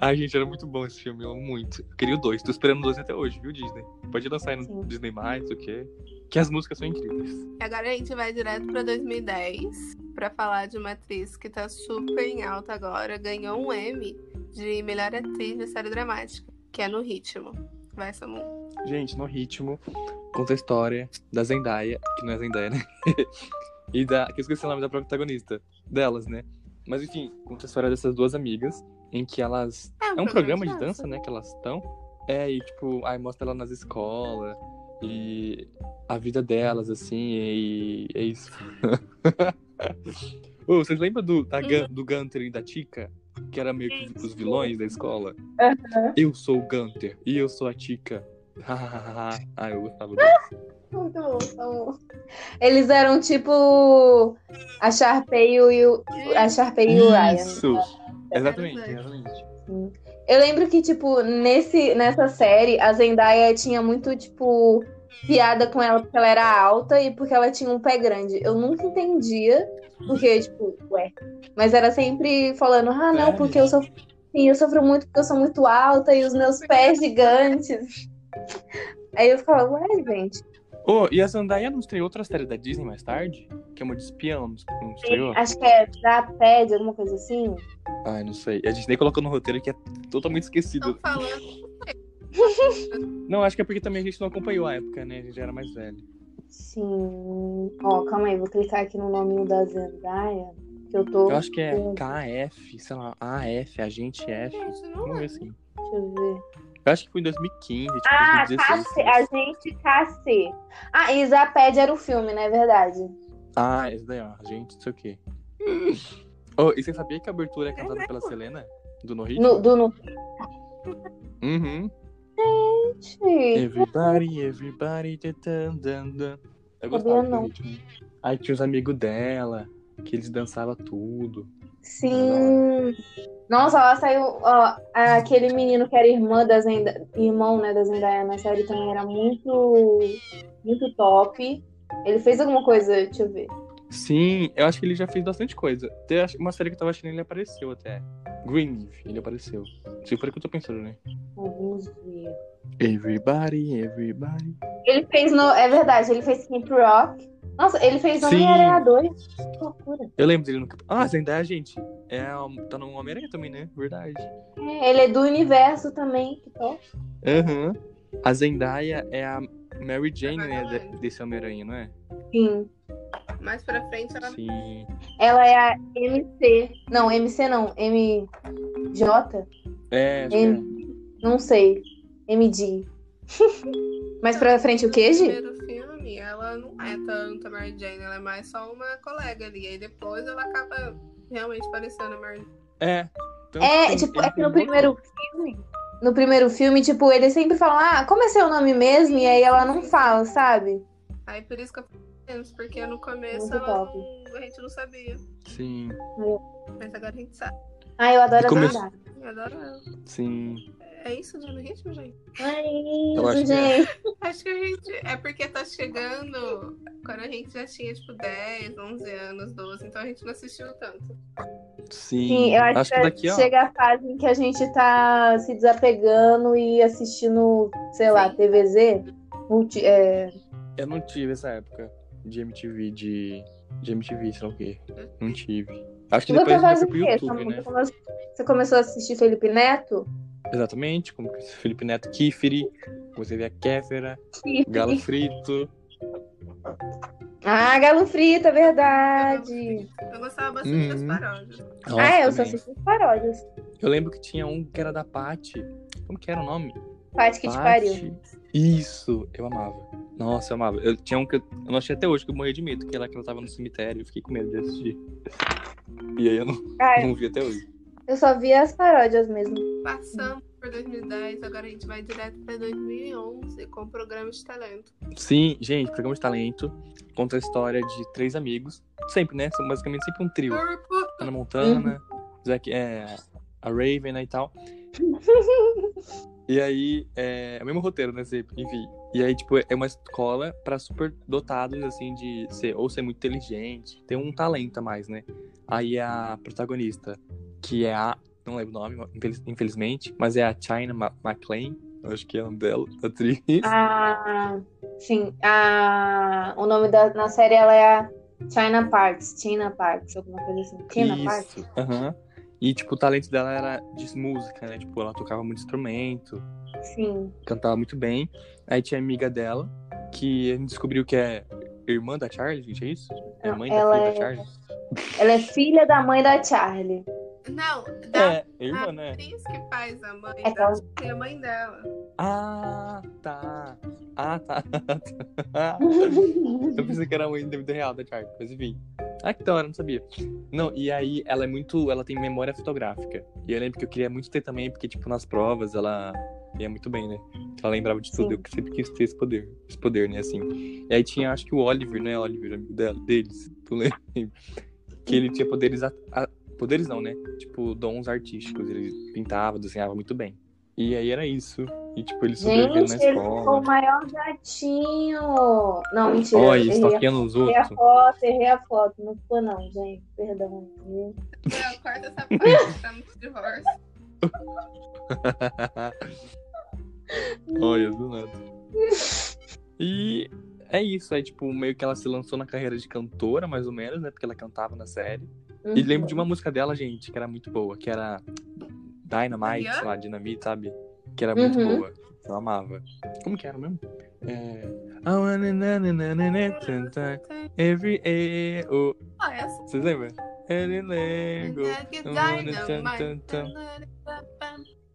Ai, gente, era muito bom esse filme, eu amo muito. Eu queria o dois, tô esperando o dois até hoje, viu, Disney? Pode lançar aí no Sim. Disney+, o quê? Que as músicas são incríveis. E Agora a gente vai direto pra 2010 pra falar de uma atriz que tá super em alta agora. Ganhou um M de melhor atriz de série dramática, que é no ritmo. Vai, Samu. Gente, no ritmo, conta a história da Zendaya, que não é Zendaya, né? e da. Que eu esqueci o nome da protagonista. Delas, né? Mas enfim, conta a história dessas duas amigas, em que elas. É um Então, programa de dança, né? Que elas estão. É, e tipo, aí mostra ela nas escolas e a vida delas, assim, e é isso. Ô, vocês lembram do, da Gun- do Gunter e da Tica? Que era meio que os vilões da escola? Eu sou o Gunter e eu sou a Tica. ah, eu gostava disso. Muito bom, então. Eles eram tipo a Sharpay e o, a Sharpay e o Ryan. Isso! Exatamente, Era exatamente. Eu lembro que, tipo, nesse, nessa série, a Zendaya tinha muito, tipo, piada com ela porque ela era alta e porque ela tinha um pé grande. Eu nunca entendia, porque, tipo, ué. Mas era sempre falando, ah, não, Sério? porque eu sofro. Sim, eu sofro muito porque eu sou muito alta e os meus pés gigantes. Aí eu ficava, ué, gente. Ô, e a Zendaya não estreou outra série da Disney mais tarde? Que é uma de espião, não estreou? Acho que é da pede, alguma coisa assim. Ai, não sei. A gente nem colocou no roteiro que é totalmente Estão esquecido. Então, falando. Não, acho que é porque também a gente não acompanhou a época, né? A gente já era mais velho. Sim. Ó, calma aí, vou clicar aqui no nominho da Zendaya. Que eu tô. Eu acho que é Sim. KF, sei lá, AF, Agente F. Gente, não Vamos é. ver assim. Deixa eu ver. Eu acho que foi em 2015, tipo, Ah, 2016. Cassi, a gente Cassi. Ah, Isaped era o filme, não é verdade? Ah, esse daí, ó. Agente, não sei o quê. oh, e você sabia que a abertura é cantada pela Selena? Do No Ritmo? No, do no... Uhum. Gente, Everybody, everybody, tan, tan, tan, tan. Eu Sabia gostava do não. ritmo. Aí tinha os amigos dela, que eles dançavam tudo. Sim. Nossa, lá saiu ó, aquele menino que era irmã da Zenda... irmão né, da Zendaya na série também era muito, muito top. Ele fez alguma coisa, deixa eu ver. Sim, eu acho que ele já fez bastante coisa. Tem acho- uma série que eu tava achando ele apareceu até. Greenleaf, ele apareceu. Se for o que eu tô pensando, né? Vamos ver. Everybody, everybody. Ele fez no. É verdade, ele fez Camp Rock. Nossa, ele fez Sim. Homem-Aranha 2. Que loucura. Eu lembro dele no. Ah, Zendaya, gente. É, a- tá no Homem-Aranha também, né? Verdade. É, ele é do universo também. Que top. Aham. A Zendaya é a Mary Jane, né? Homem-Aranha. de- Desse Homem-Aranha, não é? Sim. Mais pra frente Tá. ela Sim. Ela é a MC. Não, MC não. MJ? É, acho que é. M... Não sei. MD. Mais pra frente o quê, No Gi? primeiro filme, ela não é tanto a Mary Jane, ela é mais só uma colega ali. Aí depois ela acaba realmente parecendo a Mary Jane. É. Tanto É, tem- um tipo, ele é que tem no outro- primeiro filme. No primeiro filme, tipo, eles sempre falam, ah, como é seu nome mesmo? E aí ela não fala, sabe? Aí por isso que eu penso, porque no começo Muito ela top. não- a gente não sabia. Sim, Mas agora a gente sabe. Ah, eu adoro E come- essa frase. Eu adoro ela. sim. É isso, já no ritmo, gente. Ai, Eu acho isso, que é. gente. Acho que a gente. É porque tá chegando quando a gente já tinha, tipo, 10, 11 anos, 12, então a gente não assistiu tanto. Sim. Sim, eu acho, que, assim, é daqui, ó. chega a fase em que a gente tá se desapegando e assistindo, sei lá, Sim. TVZ. Multi, é, Eu não tive essa época de MTV, de. De MTV, sei lá o quê. Não tive. Acho que depois Você a faz gente o foi pro quê? YouTube, né? Você, começou, você começou a assistir Felipe Neto? Exatamente, como que- Felipe Neto Kifiri, você vê a Kéfera, Galo Frito. Ah, galo frita, verdade. Eu gostava bastante das Uhum. paródias. Nossa, Ah, é, eu só também. assisti as paródias. Eu lembro que tinha um que era da Paty. Como que era o nome? Pati que é te pariu. Isso, eu amava. Nossa, eu amava. Eu tinha um que eu eu não achei até hoje, que eu morri de medo, que ela, que ela tava no cemitério. Eu fiquei com medo de assistir. E aí eu não, Ah, não vi até hoje. eu só via as paródias mesmo. Passamos por 2010, agora a gente vai direto pra 2011 com o programa de talento. Sim, gente, programa de talento. Conta a história de três amigos. Sempre, né? São basicamente sempre um trio. Corpo! Ana Montana, Zac, é, a Raven né, e tal. E aí, é, é o mesmo roteiro, né? sempre, Enfim. E aí, tipo, é uma escola pra super dotados, assim, de ser ou ser muito inteligente, ter um talento a mais, né? Aí a protagonista, que é a. Não lembro o nome, infeliz- infelizmente, mas é a China Ma- McLean, eu acho que é o nome dela, atriz. Ah, sim. A... O nome da na série ela é a China Parks. China Parks, alguma coisa assim. China Parks. Isso. Aham. E, tipo, o talento dela era de música, né? Tipo, ela tocava muito instrumento. Sim. cantava muito bem. Aí tinha a amiga dela, que a gente descobriu que é irmã da Charlie, gente, é isso? É mãe da Ela filha é- da Charlie? Ela é filha da mãe da Charlie. Não, da É, é irmã, né? atriz que faz a mãe É da aquela- é a mãe dela. Ah, tá. Ah, tá. Ah, Eu pensei que era a mãe da vida real da Charlie, mas enfim. Ah, que da hora, não sabia. Não, e aí ela é muito. Ela tem memória fotográfica. E eu lembro que eu queria muito ter também, porque, tipo, nas provas ela ia muito bem, né? Ela lembrava de tudo. Sim. Eu sempre quis ter esse poder. Esse poder, né? Assim. E aí tinha, acho que o Oliver, né? Oliver, amigo dela, deles. Tu lembra? Que ele tinha poderes. a- a- poderes não, né? Tipo, dons artísticos. Ele pintava, desenhava muito bem. E aí era isso. E, tipo, ele sobreviveu na Gente, ele ficou escola. o maior gatinho. Não, mentira. Olha, errei, estoqueando os a... errei a outros. foto, errei a foto. Não ficou, não, gente. Perdão. viu? Não, corta É essa parte, tá muito divórcio. Olha, do nada. E é isso, aí tipo, meio que ela se lançou na carreira de cantora, mais ou menos, né? Porque ela cantava na série. E Uhum. lembro de uma música dela, gente, que era muito boa, que era Dynamite, Rihanna? sei lá, Dynamite, sabe? Que era muito Uhum. boa. Eu amava. Como que era mesmo? É... I wanna na na na na na tan tan, Every eh, oh. Ah, essa. Vocês lembram? Every leg, oh.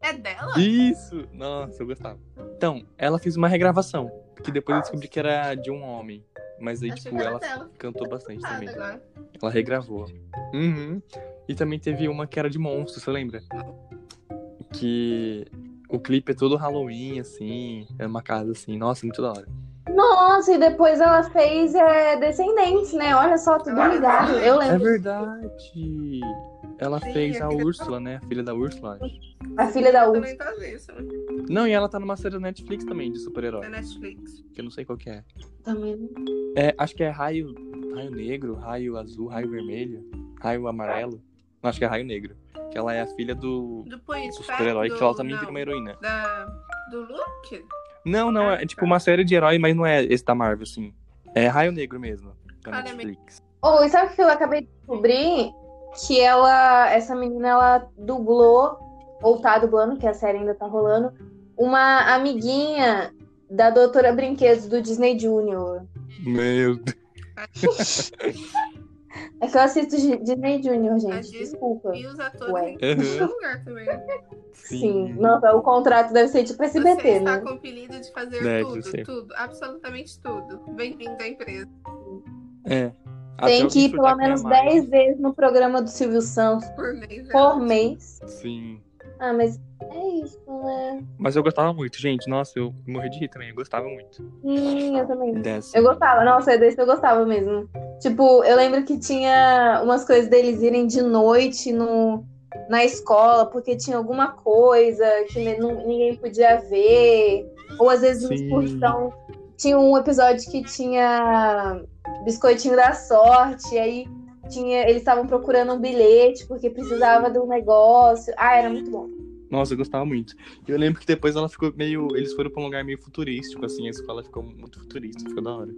É dela? Isso! Nossa, eu gostava. Então, ela fez uma regravação, que depois eu descobri que era de um homem. Mas aí, Achei tipo, que era ela dela. cantou bastante Ah, também. né? agora. Ela regravou. Uhum. E também teve uma que era de monstro, você lembra? Que o clipe é todo Halloween, assim. É uma casa assim. Nossa, muito da hora. Nossa, e depois ela fez é, Descendentes, né? Olha só, tudo Ela- ligado. Eu É lembro. verdade! Ela Sim, fez a aquele- Úrsula, né? A filha da Úrsula. acho. É A filha da Ursula. Também tá isso, né? Não, e ela tá numa série da Netflix também, de super-herói. Da Netflix. Que eu não sei qual que é. Também. É, acho que é raio, raio negro, raio azul, raio vermelho, raio amarelo. Não, acho que é raio negro. Que ela é a filha do, Do punho do de ferro. super-herói, que do- ela também não, vira uma heroína. Da... Do Luke? Não, não, é tipo uma série de herói, mas não é esse da Marvel, assim. É raio negro mesmo. Da Olha, Netflix. Oh, e sabe o que eu acabei de descobrir? Que ela, essa menina, ela dublou, ou tá dublando, que a série ainda tá rolando, uma amiguinha da Doutora Brinquedos do Disney Junior. Meu Deus. É que eu assisto Gi- Disney Junior, A gente, Disney- desculpa. E os atores Ué. em todo lugar também. Sim. Sim. nossa, o contrato deve ser tipo Você SBT, está né? compelido de fazer Deve tudo, Né, ser. tudo, absolutamente tudo. Bem-vindo à empresa. É. Até Tem alguém que ir surtar pelo com a menos Mari. 10 vezes no programa do Silvio Santos Por mês. por mês. Sim. Ah, mas é isso, né? Mas eu gostava muito, gente. Nossa, eu morri de rir também. Eu gostava muito. Sim, eu também. Dessa. Eu gostava, nossa, desse eu gostava mesmo. Tipo, eu lembro que tinha umas coisas deles irem de noite no, na escola, porque tinha alguma coisa que ne- não- ninguém podia ver. Ou às vezes uma Sim. excursão. Tinha um episódio que tinha biscoitinho da sorte, e aí tinha, eles estavam procurando um bilhete porque precisava de um negócio. Ah, era muito bom. Nossa, eu gostava muito. E Eu lembro que depois ela ficou meio. Eles foram pra um lugar meio futurístico, assim. A escola ficou muito futurista, ficou da hora.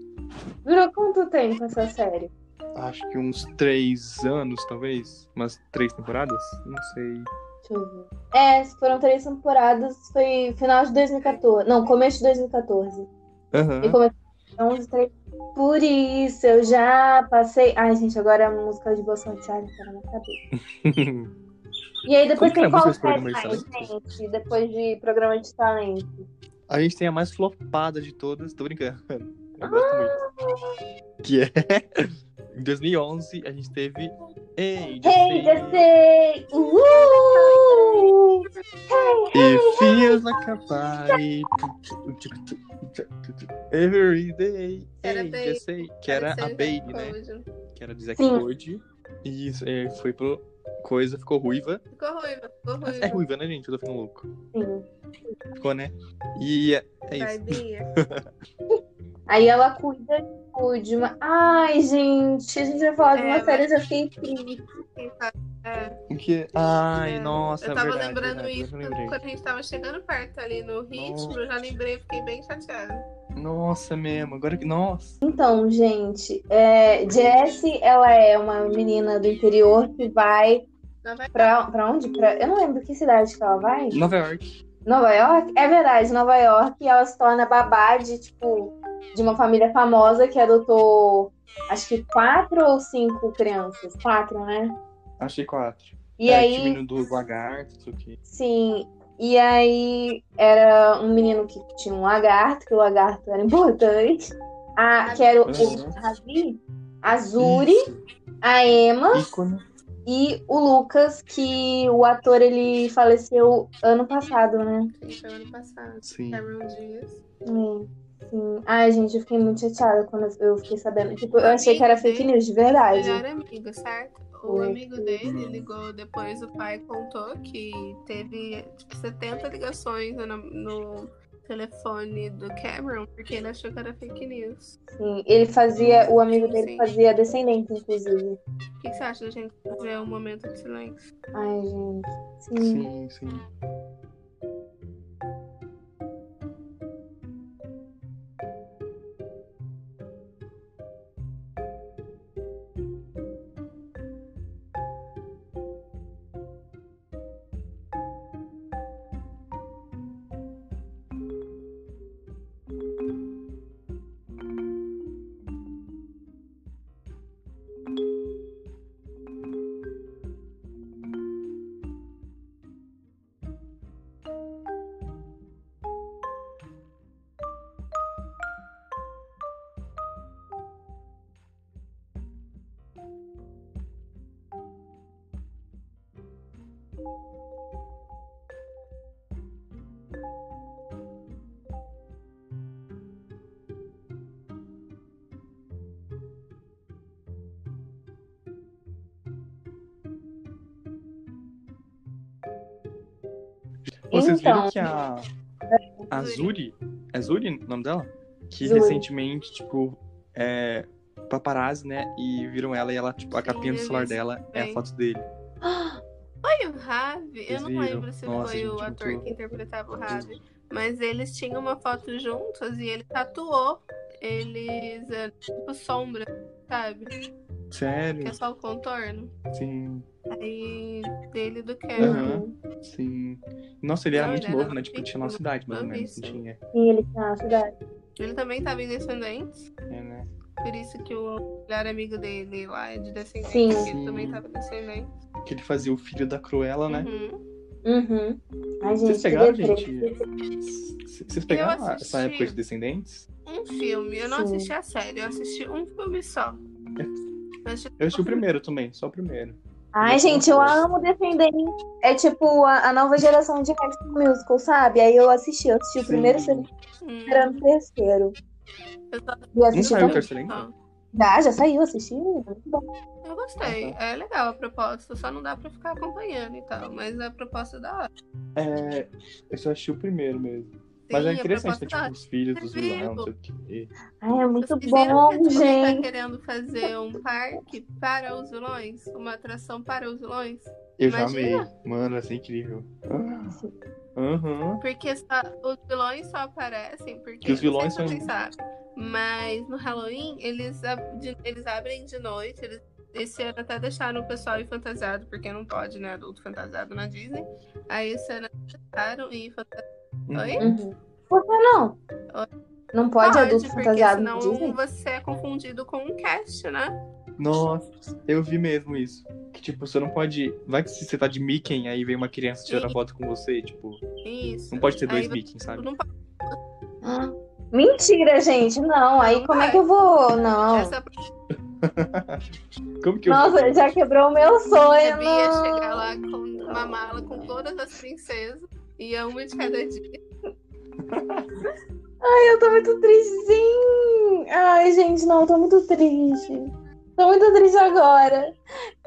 Durou quanto tempo essa série? Acho que uns três anos, talvez. Umas três temporadas? Não sei. Deixa eu ver. É, foram três temporadas, foi final de 2014. Não, começo de 2014. Aham. E começo de Um, dois, três. Por isso eu já passei. Ai, gente, agora a música de Bolsonaro tá na minha cabeça. E aí Como depois que é a música tem qual desse programa de mais, gente? Depois de programa de talento. A gente tem a mais flopada de todas, tô brincando. Eu gosto muito. Que é. Em 2011, a gente teve. Ei, Hey, Justin. Jesse! Uhul! It feels like a party. Every day. Era Ei, Baby. Jesse. Que era a Alexander Baby, né? Code. Que era de Zack Sim. Code. E isso, é, foi pro. Coisa, ficou ruiva. Ficou ruiva, ficou É ruiva. ruiva, né, gente? Eu tô ficando louco. Sim. Ficou, né? E é, é isso. Tadinha. Aí ela cuida tipo, de uma. Ai, gente, a gente vai falar de uma É, série, eu mas- já fiquei triste. É, Que... Ai, nossa, eu tava é verdade, lembrando verdade, isso eu lembrei. quando a gente tava chegando perto ali no ritmo, eu já lembrei, fiquei bem chateada. Nossa, mesmo. Agora que. Nossa. Então, gente, é, Jessie, ela é uma menina do interior que vai Não vai pra, pra onde? Pra, eu não lembro que cidade que ela vai. Nova York. Nova York? É verdade, Nova York. E ela se torna babá de, tipo, de uma família famosa que adotou, acho que quatro ou cinco crianças. Quatro, né? Achei quatro. E é, aí. O time do lagarto, isso aqui. Sim. E aí era um menino que tinha um lagarto, que o lagarto era importante. A, que era o, o Ravi, a Zuri, Isso, a Emma ícone. e o Lucas, que o ator ele faleceu ano passado, né? ter, foi ano passado. Sim. Cameron Dias. Sim. Sim. Ai, gente, eu fiquei muito chateada quando eu fiquei sabendo. Tipo, eu achei que era fake news, de verdade. melhor amigo, certo? O Foi. amigo dele ligou depois, o pai contou que teve tipo, 70 ligações no, no telefone do Cameron, porque ele achou que era fake news. Sim. Ele fazia, o amigo dele Sim. fazia descendente, inclusive. O que, que você acha da gente fazer um momento de silêncio? Ai, gente. Sim, Sim. sim. Vocês viram Então. que a. A Zuri. É Zuri o nome dela? Que Zuri. recentemente, tipo. É. Paparazzi, né? E viram ela e ela, tipo, a Sim, capinha do eu vi celular isso dela é a também. foto dele. Foi o Ravi? Eu Vocês não viram? lembro se Nossa, foi gente, o muito- ator que interpretava o Ravi, mas eles tinham uma foto juntos e ele tatuou eles, é, tipo, sombra, sabe? Que Sério? é só o contorno. Sim, Aí, dele e do Cameron. Aham. sim. Nossa, ele era Não, muito ele era novo, né? Tipo, pequeno, tinha nossa idade, mais ou menos. assim, novíssimo. Tinha. Sim, ele tinha uma cidade. Ele também tava em Descendentes, É, né? por isso que o melhor amigo dele lá é de Descendentes. Sim. porque Ele Sim. também tava em Descendentes. Que ele fazia o filho da Cruella, né? Uhum. Uhum. Ai, gente, Vocês que pegaram, deprê. gente? C- Vocês pegaram Eu assisti. essa época de Descendentes? Um filme, eu não Sim. assisti a série, eu assisti um filme só. Eu assisti, Eu assisti o primeiro também, só o primeiro. Ai, gente, eu amo Descendentes. É tipo a, a nova geração de High School Musical, sabe? Aí eu assisti, eu assisti o Sim. primeiro, o segundo, Hum, o terceiro. Eu só- E Não assisti saiu o também. terceiro ainda? não. Já, já saiu, assisti. Muito bom. Ah, Eu gostei, é legal a proposta, só não dá pra ficar acompanhando e tal, mas a proposta é da hora. É, eu só assisti o primeiro mesmo. Sim, Mas é a interessante, né? proposta é da Tipo, hora. os filhos dos É vivo. vilões, não sei o quê. Ai, é muito Vocês viram que a bom, Disney tá gente. querendo fazer um parque para os vilões, uma atração para os vilões. Eu já amei. Imagina. Mano, assim, incrível. Ah, Aham. Porque só- os vilões só aparecem porque E os vilões não sei se são- vocês sabem. Mas no Halloween eles, ab- de- eles abrem de noite. Eles, esse ano até deixaram o pessoal ir fantasiado, porque não pode, né? Adulto fantasiado na Disney. Aí esse ano deixaram e fantasiado. Uhum. Oi? Uhum. Por que não? Não pode, adulto porque fantasiado senão no Disney? você é confundido com um cast, né? Nossa, eu vi mesmo isso. Que tipo, você não pode. Vai que se você tá de Mickey, aí vem uma criança tirar Sim. foto com você, tipo, Isso. não pode ter dois Aí você- Mickey, sabe? Não pode. Ah, Mentira, gente. Não, aí Não como é vai. que eu vou? Não. Essa Como que eu. Nossa, já quebrou o meu sonho. ia não. chegar lá com uma mala com todas as princesas. Ia uma de cada dia. Ai, eu tô muito triste, sim. Ai, gente, não, eu tô muito triste. Tô muito triste agora.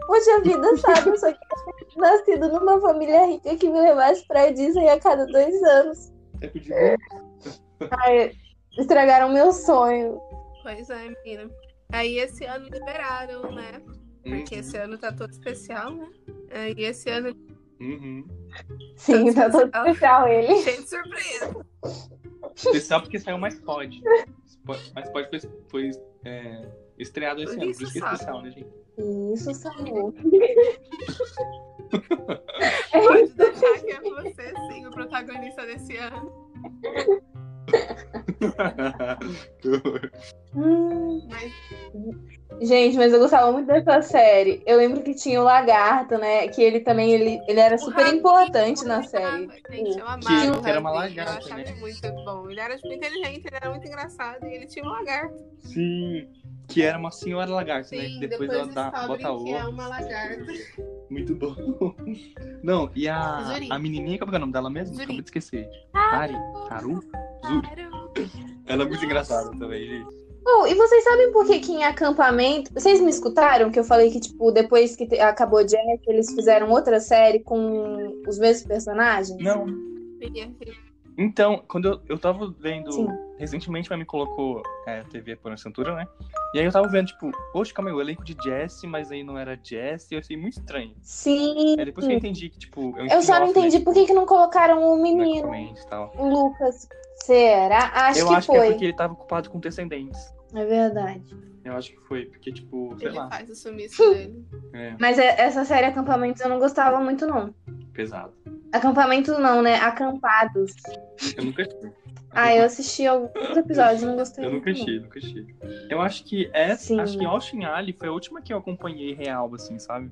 Poxa vida, sabe? Eu só queria ter nascido numa família rica que me levasse pra Disney a cada dois anos. É pedir muito. Ai, estragaram meu sonho. Pois é, menina. Aí esse ano liberaram, né? um, Porque esse Uhum. ano tá todo especial, né? Aí esse ano Uhum. Sim, tá todo Especial. especial ele. cheio de surpresa. Especial porque saiu mais pod. Spo- Mais pod foi, foi é, estreado esse Por ano, por isso isso que é sabe. especial, né, gente? Isso, Samu. Pode deixar que é você, sim, o protagonista desse ano. Que horror. Hum. Mas Gente, mas eu gostava muito dessa série. Eu lembro que tinha o lagarto, né? Que ele também ele, ele era o super Rabinho, importante eu na amava, série. Gente, eu um amava. Que era o Rabinho, uma lagarta, Eu achava né? ele muito bom. Ele era muito inteligente, ele era muito engraçado. E ele tinha um lagarto. Sim. Que era uma senhora lagarta, né? Sim, Que depois, ela dá- descobrem bota ovo. que é uma lagarta. Muito bom. Não, e a, Zuri. a menininha, como é que é o nome dela mesmo? Zuri. Ah, Acabei de esquecer. Ari, Karu? Zuri. Ela é muito engraçada também, gente. Oh, e vocês sabem por que que em acampamento... Vocês me escutaram que eu falei que, tipo, depois que te- acabou Jack, eles fizeram outra série com os mesmos personagens? Não. Minha filha. Então, quando eu, eu tava vendo. Sim. Recentemente, minha mãe colocou é, TV por assinatura, né? E aí eu tava vendo, tipo, poxa, calma aí, o elenco de Jesse, mas aí não era Jesse, eu achei muito estranho. Sim. É depois que eu entendi que, tipo, é um Eu só spin-off, não né, entendi por que que não colocaram o do menino, Aquaman e tal. o Lucas. Será? Acho eu que acho que é foi. porque ele tava ocupado com descendentes. É verdade. Eu acho que foi, porque, tipo, sei Ele lá. faz o sumiço dele. É, Mas é- essa série Acampamentos eu não gostava muito, não. pesado. Acampamento não, né? Acampados. Eu nunca achei. Ah, eu assisti alguns episódios, não gostei. Eu nunca muito, não. achei, nunca achei. Eu acho que essa, Tá Sim. acho que Austin Ali foi a última que eu acompanhei real, assim, sabe?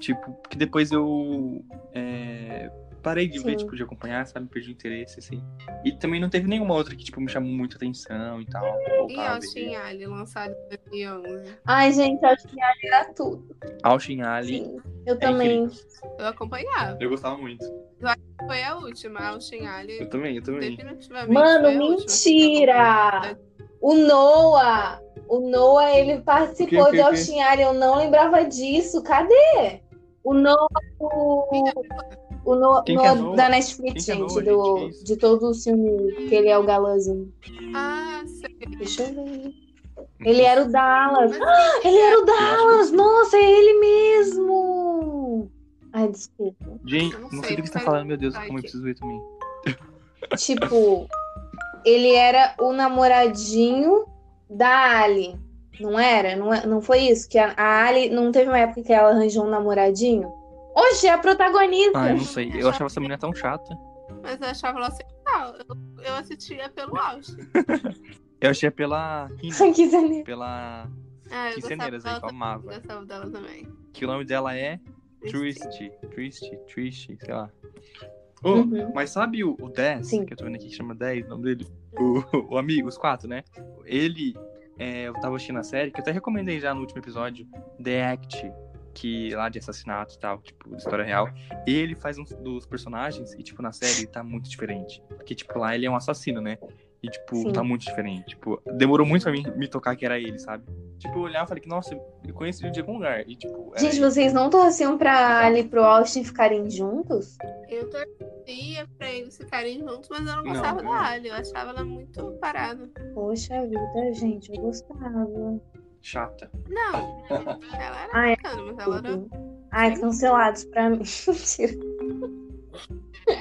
Tipo, que depois eu é, parei de ver, Sim. tipo, de acompanhar, sabe? Perdi o interesse, assim. E também não teve nenhuma outra que, tipo, me chamou muita atenção e tal. voltar E a ver. Austin Ali, lançado em 2011. Ai, gente, acho que era tudo. Austin Ali. Sim. Eu é também. incrível. Eu acompanhava. Eu gostava muito. Foi a última, a Austin Ali. Eu também, né? eu também. Definitivamente. Mano, foi a última que eu mentira! acompanhei. O Noah! O Noah, ele participou O quê, o quê, de o quê? Austin Alien, eu não lembrava disso. Cadê? O Noah, o, o Noah, é Quem que é Noah Noah? da Netflix, Quem que é gente, Noah, do, gente? Que isso? de todo o filme que ele é o galãzinho. Ah, sei. Deixa eu ver. Ele é- era o Dallas. Mas é, Ele era o acho Dallas! Nossa, é ele mesmo! Ai, desculpa. Gente, Eu não não sei, sei, do que você tá mas- falando, meu Deus, Ai, como eu que- preciso ver também. Tipo, ele era o namoradinho da Ali, não era? Não, é- não foi isso? Que a, a Ali não teve uma época que ela arranjou um namoradinho? Oxe, é a protagonista! Ah, eu não sei. Eu achava essa menina tão chata. Mas eu achava ela sensual. Eu, eu assistia pelo Austin. Eu achei pela. Hina, que zaneiro. pela. Ah, eu Que gostava ceneiras aí, dela que eu também, amava. gostava dela também. Que o nome dela é Triste. Triste. Triste, Triste, sei lá. Uhum. Mas sabe o, o 10, Sim. que eu tô vendo aqui que chama 10, o nome dele? O, o amigo, os quatro, né? Ele, é, eu tava assistindo a série, que eu até recomendei já no último episódio, The Act, que lá de assassinato e tal, tipo, de história real. Ele faz um dos personagens e, tipo, na série tá muito diferente. Porque, tipo, lá ele é um assassino, né? E, tipo, Sim. tá muito diferente. Tipo, demorou muito pra mim me tocar que era ele, sabe? Tipo, eu olhar e falei que, nossa, eu conheci ele de algum lugar. E, tipo, era Gente, ele. vocês não torciam pra Ali e pro Austin ficarem juntos? Eu torcia pra eles ficarem juntos, mas eu não Não, é. gostava eu não. da Ali. Eu achava ela muito parada. Poxa vida, gente, eu gostava. chata. Não, ela era Ah, é. bacana, mas ela era. Tudo. Ai, cancelados pra mim.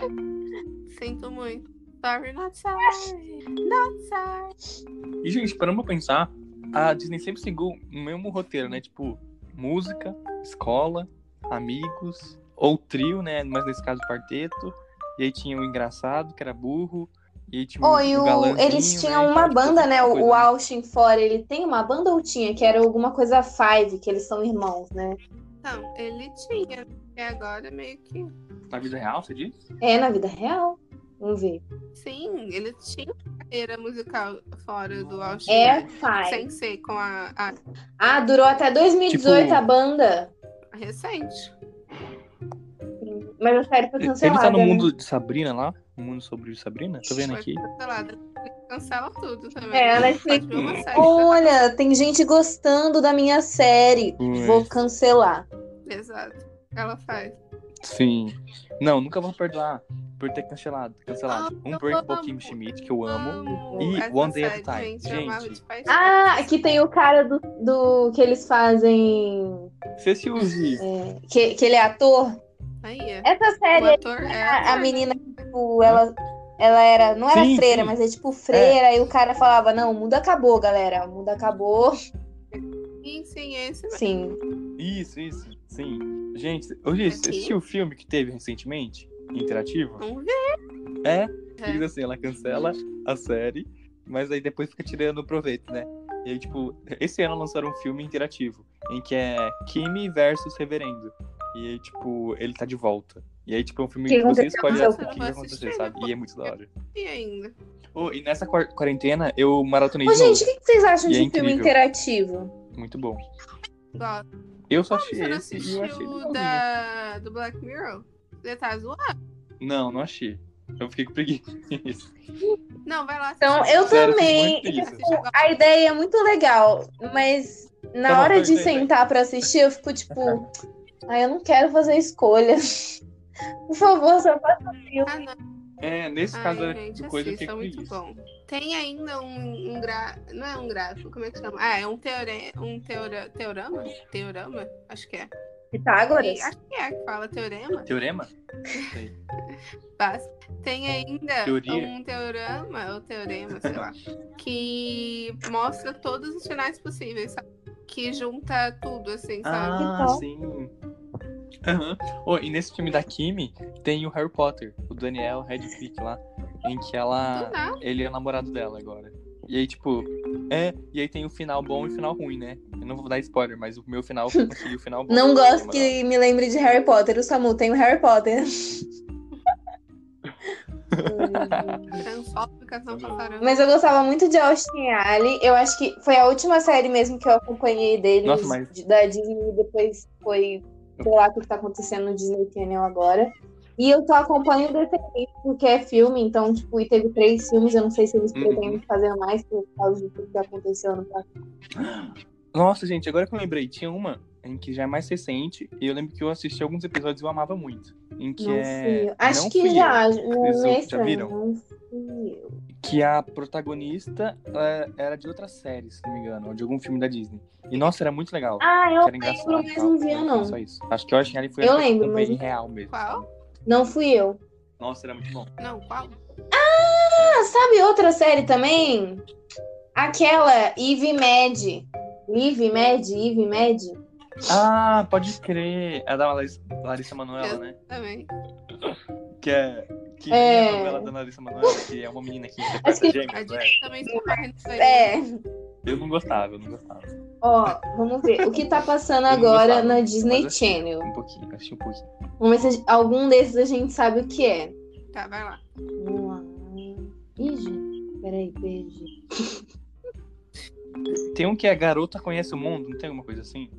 Hum, Mentira. Sinto muito. Sorry, not sorry. Not sorry. E, gente, parando pra pensar, a Disney sempre seguiu o mesmo roteiro, né? Tipo, música, escola, amigos, ou trio, né? Mas nesse caso, quarteto. E aí tinha o engraçado, que era burro. E aí tinha Oi, o, o- galãzinho, eles tinham né, uma que era, tipo, banda, né? O, coisa, o Austin Fora, ele tem uma banda ou tinha? Que era alguma coisa Five, que eles são irmãos, né? Então, ele tinha. E agora meio que. Na vida real, você diz? É, na vida real. Vamos ver. Sim, ele tinha carreira musical fora do Austin. É Sem Five. ser com a, a- Ah, durou até 2018 Tipo- a banda. a recente. Mas a série foi Ele cancelada. tá no né? mundo de Sabrina lá? No mundo sobre Sabrina? Tô vendo aqui. Foi cancelada. Ele Cancela tudo também. É, ela é Pode ver uma série. Olha, tem gente gostando da minha série. Pois. Vou cancelar. tá? Exato. Ela faz. Sim. Não, nunca vou perdoar por ter cancelado. Cancelado. Ah, um eu por amo. Joaquim Schmidt, que eu amo. Amo E essa One Day at a série, Time. Gente, eu amava Gente. de paixão. Ah, aqui tem o cara do, do que eles fazem. Você se use. é, que, que ele é ator. Aí é. Essa série O ator é. A, a menina, tipo, ela, ela era. Não era Sim, freira, sim. mas é tipo freira. E o cara falava: Não, o mundo acabou, galera. O mundo acabou. Sim, sim, é esse mesmo. Sim. Isso, isso. Sim. Gente, ô Gi, você Aqui. assistiu o filme que teve recentemente? Interativo? Vamos ver. É. É. Fica assim, ela cancela a série, mas aí depois fica tirando proveito, né? E aí, tipo, esse ano lançaram um filme interativo, em que é Kimi versus Reverendo. E aí, tipo, ele tá de volta. E aí, tipo, é um filme Que que, você aconteceu? escolhe Eu o que vou vai assistir acontecer, sabe? depois. E é muito da hora. E ainda. Ô, e nessa quar- quarentena, eu maratonei Ô, de novo. gente, o que que vocês acham E é de filme incrível. interativo? Muito bom. Gosto. Eu só Você achei não esse e eu achei assistiu o legalzinho. da, do Black Mirror? Você tá zoando? Não, não achei. Eu fiquei com preguiça. Não, vai lá. Então, assistir eu agora. Sério, também. eu fiz muito tipo, a ideia é muito legal, mas na Tá bom, hora vai, de vai, vai. sentar pra assistir, eu fico tipo: Ai, eu não quero fazer escolha. Por favor, só passa o filme. Ah, não. É, nesse Ai, caso, gente, de coisa eu assista, fiquei com muito preguiça. bom. Tem ainda um, um gra... Não é um gráfico, como é que chama? Ah, é um, teore... um teora... teorama? Teorama? Acho que é. Pitágoras? E- Acho que é que fala teorema. Teorema? Mas tem ainda Teoria. um teorama, ou teorema, sei lá, que mostra todos os finais possíveis, sabe? Que junta tudo, assim, sabe? Ah, tal? sim. Aham. Ô, e nesse filme da Kimi tem o Harry Potter, o Daniel Radcliffe lá, em que Do ela. nada. Ele é o namorado dela agora. E aí, tipo, é, e aí tem o final bom e o final ruim, né? Eu não vou dar spoiler, mas o meu final eu consegui o final bom. Não gosto Namorado. que me lembre de Harry Potter. O Samu tem o Harry Potter. Transfóbicas não passaram. Mas eu gostava muito de Austin Alley. Eu acho que foi a última série mesmo que eu acompanhei dele Nossa, mas- da Disney. e Depois foi, sei lá, o que tá acontecendo no Disney Channel agora. E eu só acompanho o Descendentes, porque é filme, então, tipo, e teve três filmes. Eu não sei se eles Uhum. pretendem fazer mais por causa do que aconteceu no passado. Nossa, gente, agora que eu lembrei, tinha uma em que já é mais recente, e eu lembro que eu assisti alguns episódios e eu amava muito. Em que Não é. fui eu. Acho Não que Fui Eu. já. Não, Vocês não é já estranho, viram? Não fui eu. que a protagonista ela era de outra série, se não me engano, ou de algum filme da Disney. E nossa, era muito legal. Ah, eu era engraçado. lembro, mas tal, não vi, foi não. tá? Só isso. Acho que eu acho que ele foi Eu a- lembro, também mas- real mesmo. Qual? Não fui eu. Nossa, era muito bom. Não, qual? Ah, sabe outra série também? Aquela Eve Med. Live Med, Eve Med. Ah, pode crer. É da Larissa, Larissa Manoela, Eu- né? Também. Que é. Que É. é a novela da Larissa Manoela, que é uma menina que Acho interpreta que- A gêmeos, né? Disney também se É, Eu não gostava, eu não gostava. ó, vamos ver. O que tá passando Eu não agora gostava, na mas Disney assisti Channel? Um pouquinho, achei um pouquinho. Vamos ver se a- algum desses a gente sabe o que é. Tá, vai lá. Vamos lá. Ih, gente. Peraí, perdi. Tem um que é Garota Conhece o Mundo, não tem alguma coisa assim?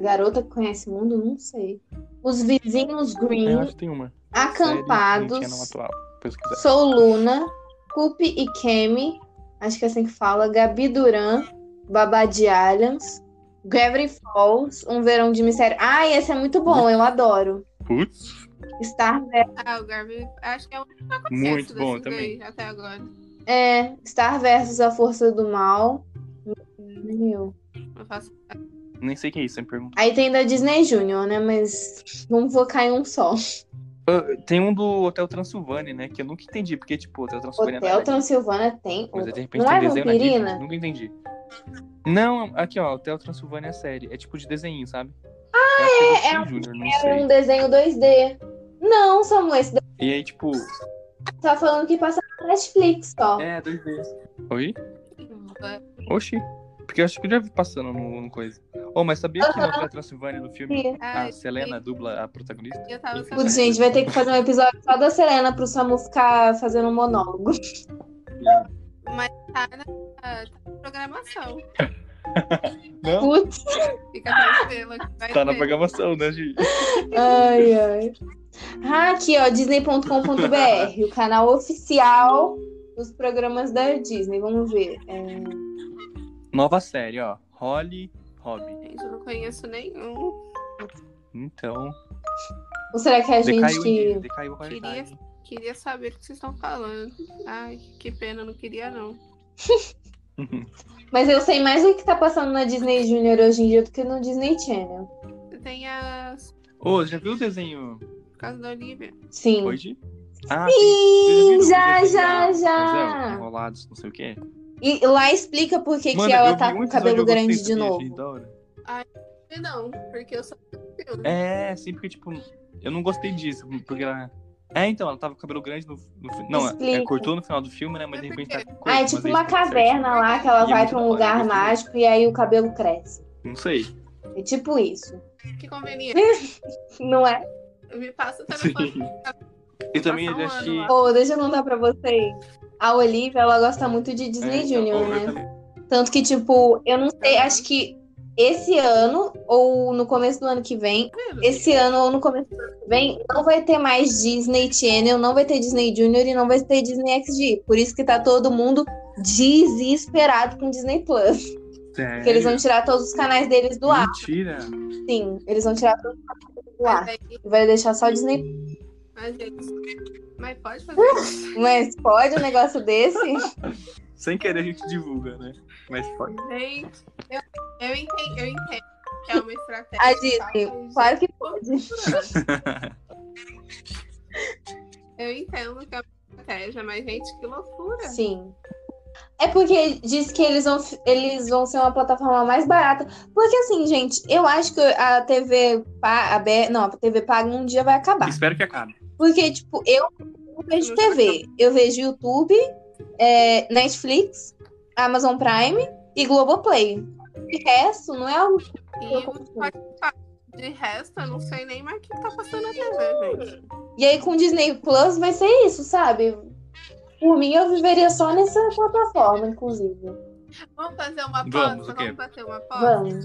Garota que conhece o mundo? Não sei. Os vizinhos Eu Green, acho que tem uma. acampados. Série, não atual, pesquisar. Sou Luna, Cupe e Kemi, acho que é assim que fala, Gabi Duran, Babá de Allianz, Gravity Falls, Um Verão de Mistério. Ah, esse é muito bom, eu adoro. Putz. Star, Ah, o Garvey, acho que é o único que eu conheço Muito bom desses também. daí, até agora. é, Star versus A Força do Mal. Meu. Eu faço... Nem sei o que é isso, você me pergunta. Aí tem da Disney Junior, né? Mas vamos focar em um só. Tem um do Hotel Transilvânia, né? Que eu nunca entendi, porque, tipo, Hotel Transilvânia é Hotel nada disso. Transilvânia tem. Mas aí, de repente Não tem é desenho na Disney, vampirina? Nunca entendi. Não, aqui, ó, Hotel Transilvânia é a série. É tipo de desenho, sabe? Ah, é, é Júnior, não É um sei. desenho 2D. Não, Samuel, esse daí E aí, tipo, tá falando que passa Netflix só. É, dois vezes. Oi? Oxi. Porque eu acho que eu já vi passando no, no coisa. Oh, mas sabia que no Hotel Transilvânia, no filme, Ah, a Selena dubla a protagonista? Eu tava Enfim. Putz, gente, vai ter que fazer um episódio só da Serena pro Samu ficar fazendo um monólogo. Tá na, tá na programação. Não, Putz, Fica tranquila que vai tá na ter. programação, né, gente? ai, ai. Ah, aqui, ó, disney.com.br, o canal oficial dos programas da Disney. Vamos ver. É, Nova série, ó. Holly Hobby. Gente, eu não conheço nenhum. Então, Ou será que é a gente decaiu, o que. dia, decaiu a qualidade. Queria saber o que vocês estão falando. Ai, que pena, não queria não. Uhum. Mas eu sei mais o que tá passando na Disney Junior hoje em dia do que no Disney Channel. Tem as. Ô, já viu o desenho Por causa da Olivia. Sim. hoje? Ah, Sim, sim. já, já, já. Enrolados, não sei o quê. E lá explica por que, Mano, que eu ela vi tá um com o episódio, cabelo eu gostei, grande de sabia? Achei novo. da hora. Não, porque eu só vi filme. É, sim, porque, tipo, eu não gostei disso. Porque ela. É, então, ela tava com o cabelo grande no. no fi- não, é, Explica. cortou no final do filme, né? Mas de repente tá. com Ah, é coisa, tipo mas uma aí explica caverna lá que ela E é vai muito pra um da hora, eu lugar gostei muito. mágico e aí o cabelo cresce. certinho. Não sei. É tipo isso. É. Que conveniente. Não é? Me passa o telefone. Sim. Eu também Passar um já ano achei. lá. Ô, deixa eu contar pra vocês. A Olivia, ela gosta muito de Disney É, então, Junior, eu né? também. Tanto que, tipo, eu não sei, acho que esse ano ou no começo do ano que vem, É, esse ano ou no começo do ano que vem, não vai ter mais Disney Channel, não vai ter Disney Junior e não vai ter Disney XD. Por isso que tá todo mundo desesperado com Disney Plus. É, Porque eles vão tirar todos os canais deles do ar. Mentira. Sim, eles vão tirar todos os canais deles do Mas, ar. aí, E vai deixar só Disney mas, gente, mas pode fazer isso. Mas pode um negócio desse? Sem querer a gente divulga, né? Mas pode. Gente, eu, eu entendo, eu entendo que é uma estratégia. A tá? Disney, Mas, claro que Eu entendo que é uma estratégia, mas, gente, que loucura. Sim. É porque diz que eles vão, eles vão ser uma plataforma mais barata. Porque assim, gente, eu acho que a TV pa- abe- não, a TV paga um dia vai acabar. Espero que acabe. Porque, tipo, eu não vejo TV. Eu vejo YouTube, é, Netflix, Amazon Prime e Globoplay. De resto, não é algo que eu E consumo. de resto, eu não sei nem mais o que tá passando na TV, gente. E aí com Disney Plus vai ser isso, sabe? Por mim, eu viveria só nessa plataforma, inclusive. Vamos fazer uma aposta? Vamos, Vamos, o quê? bater uma aposta? Vamos.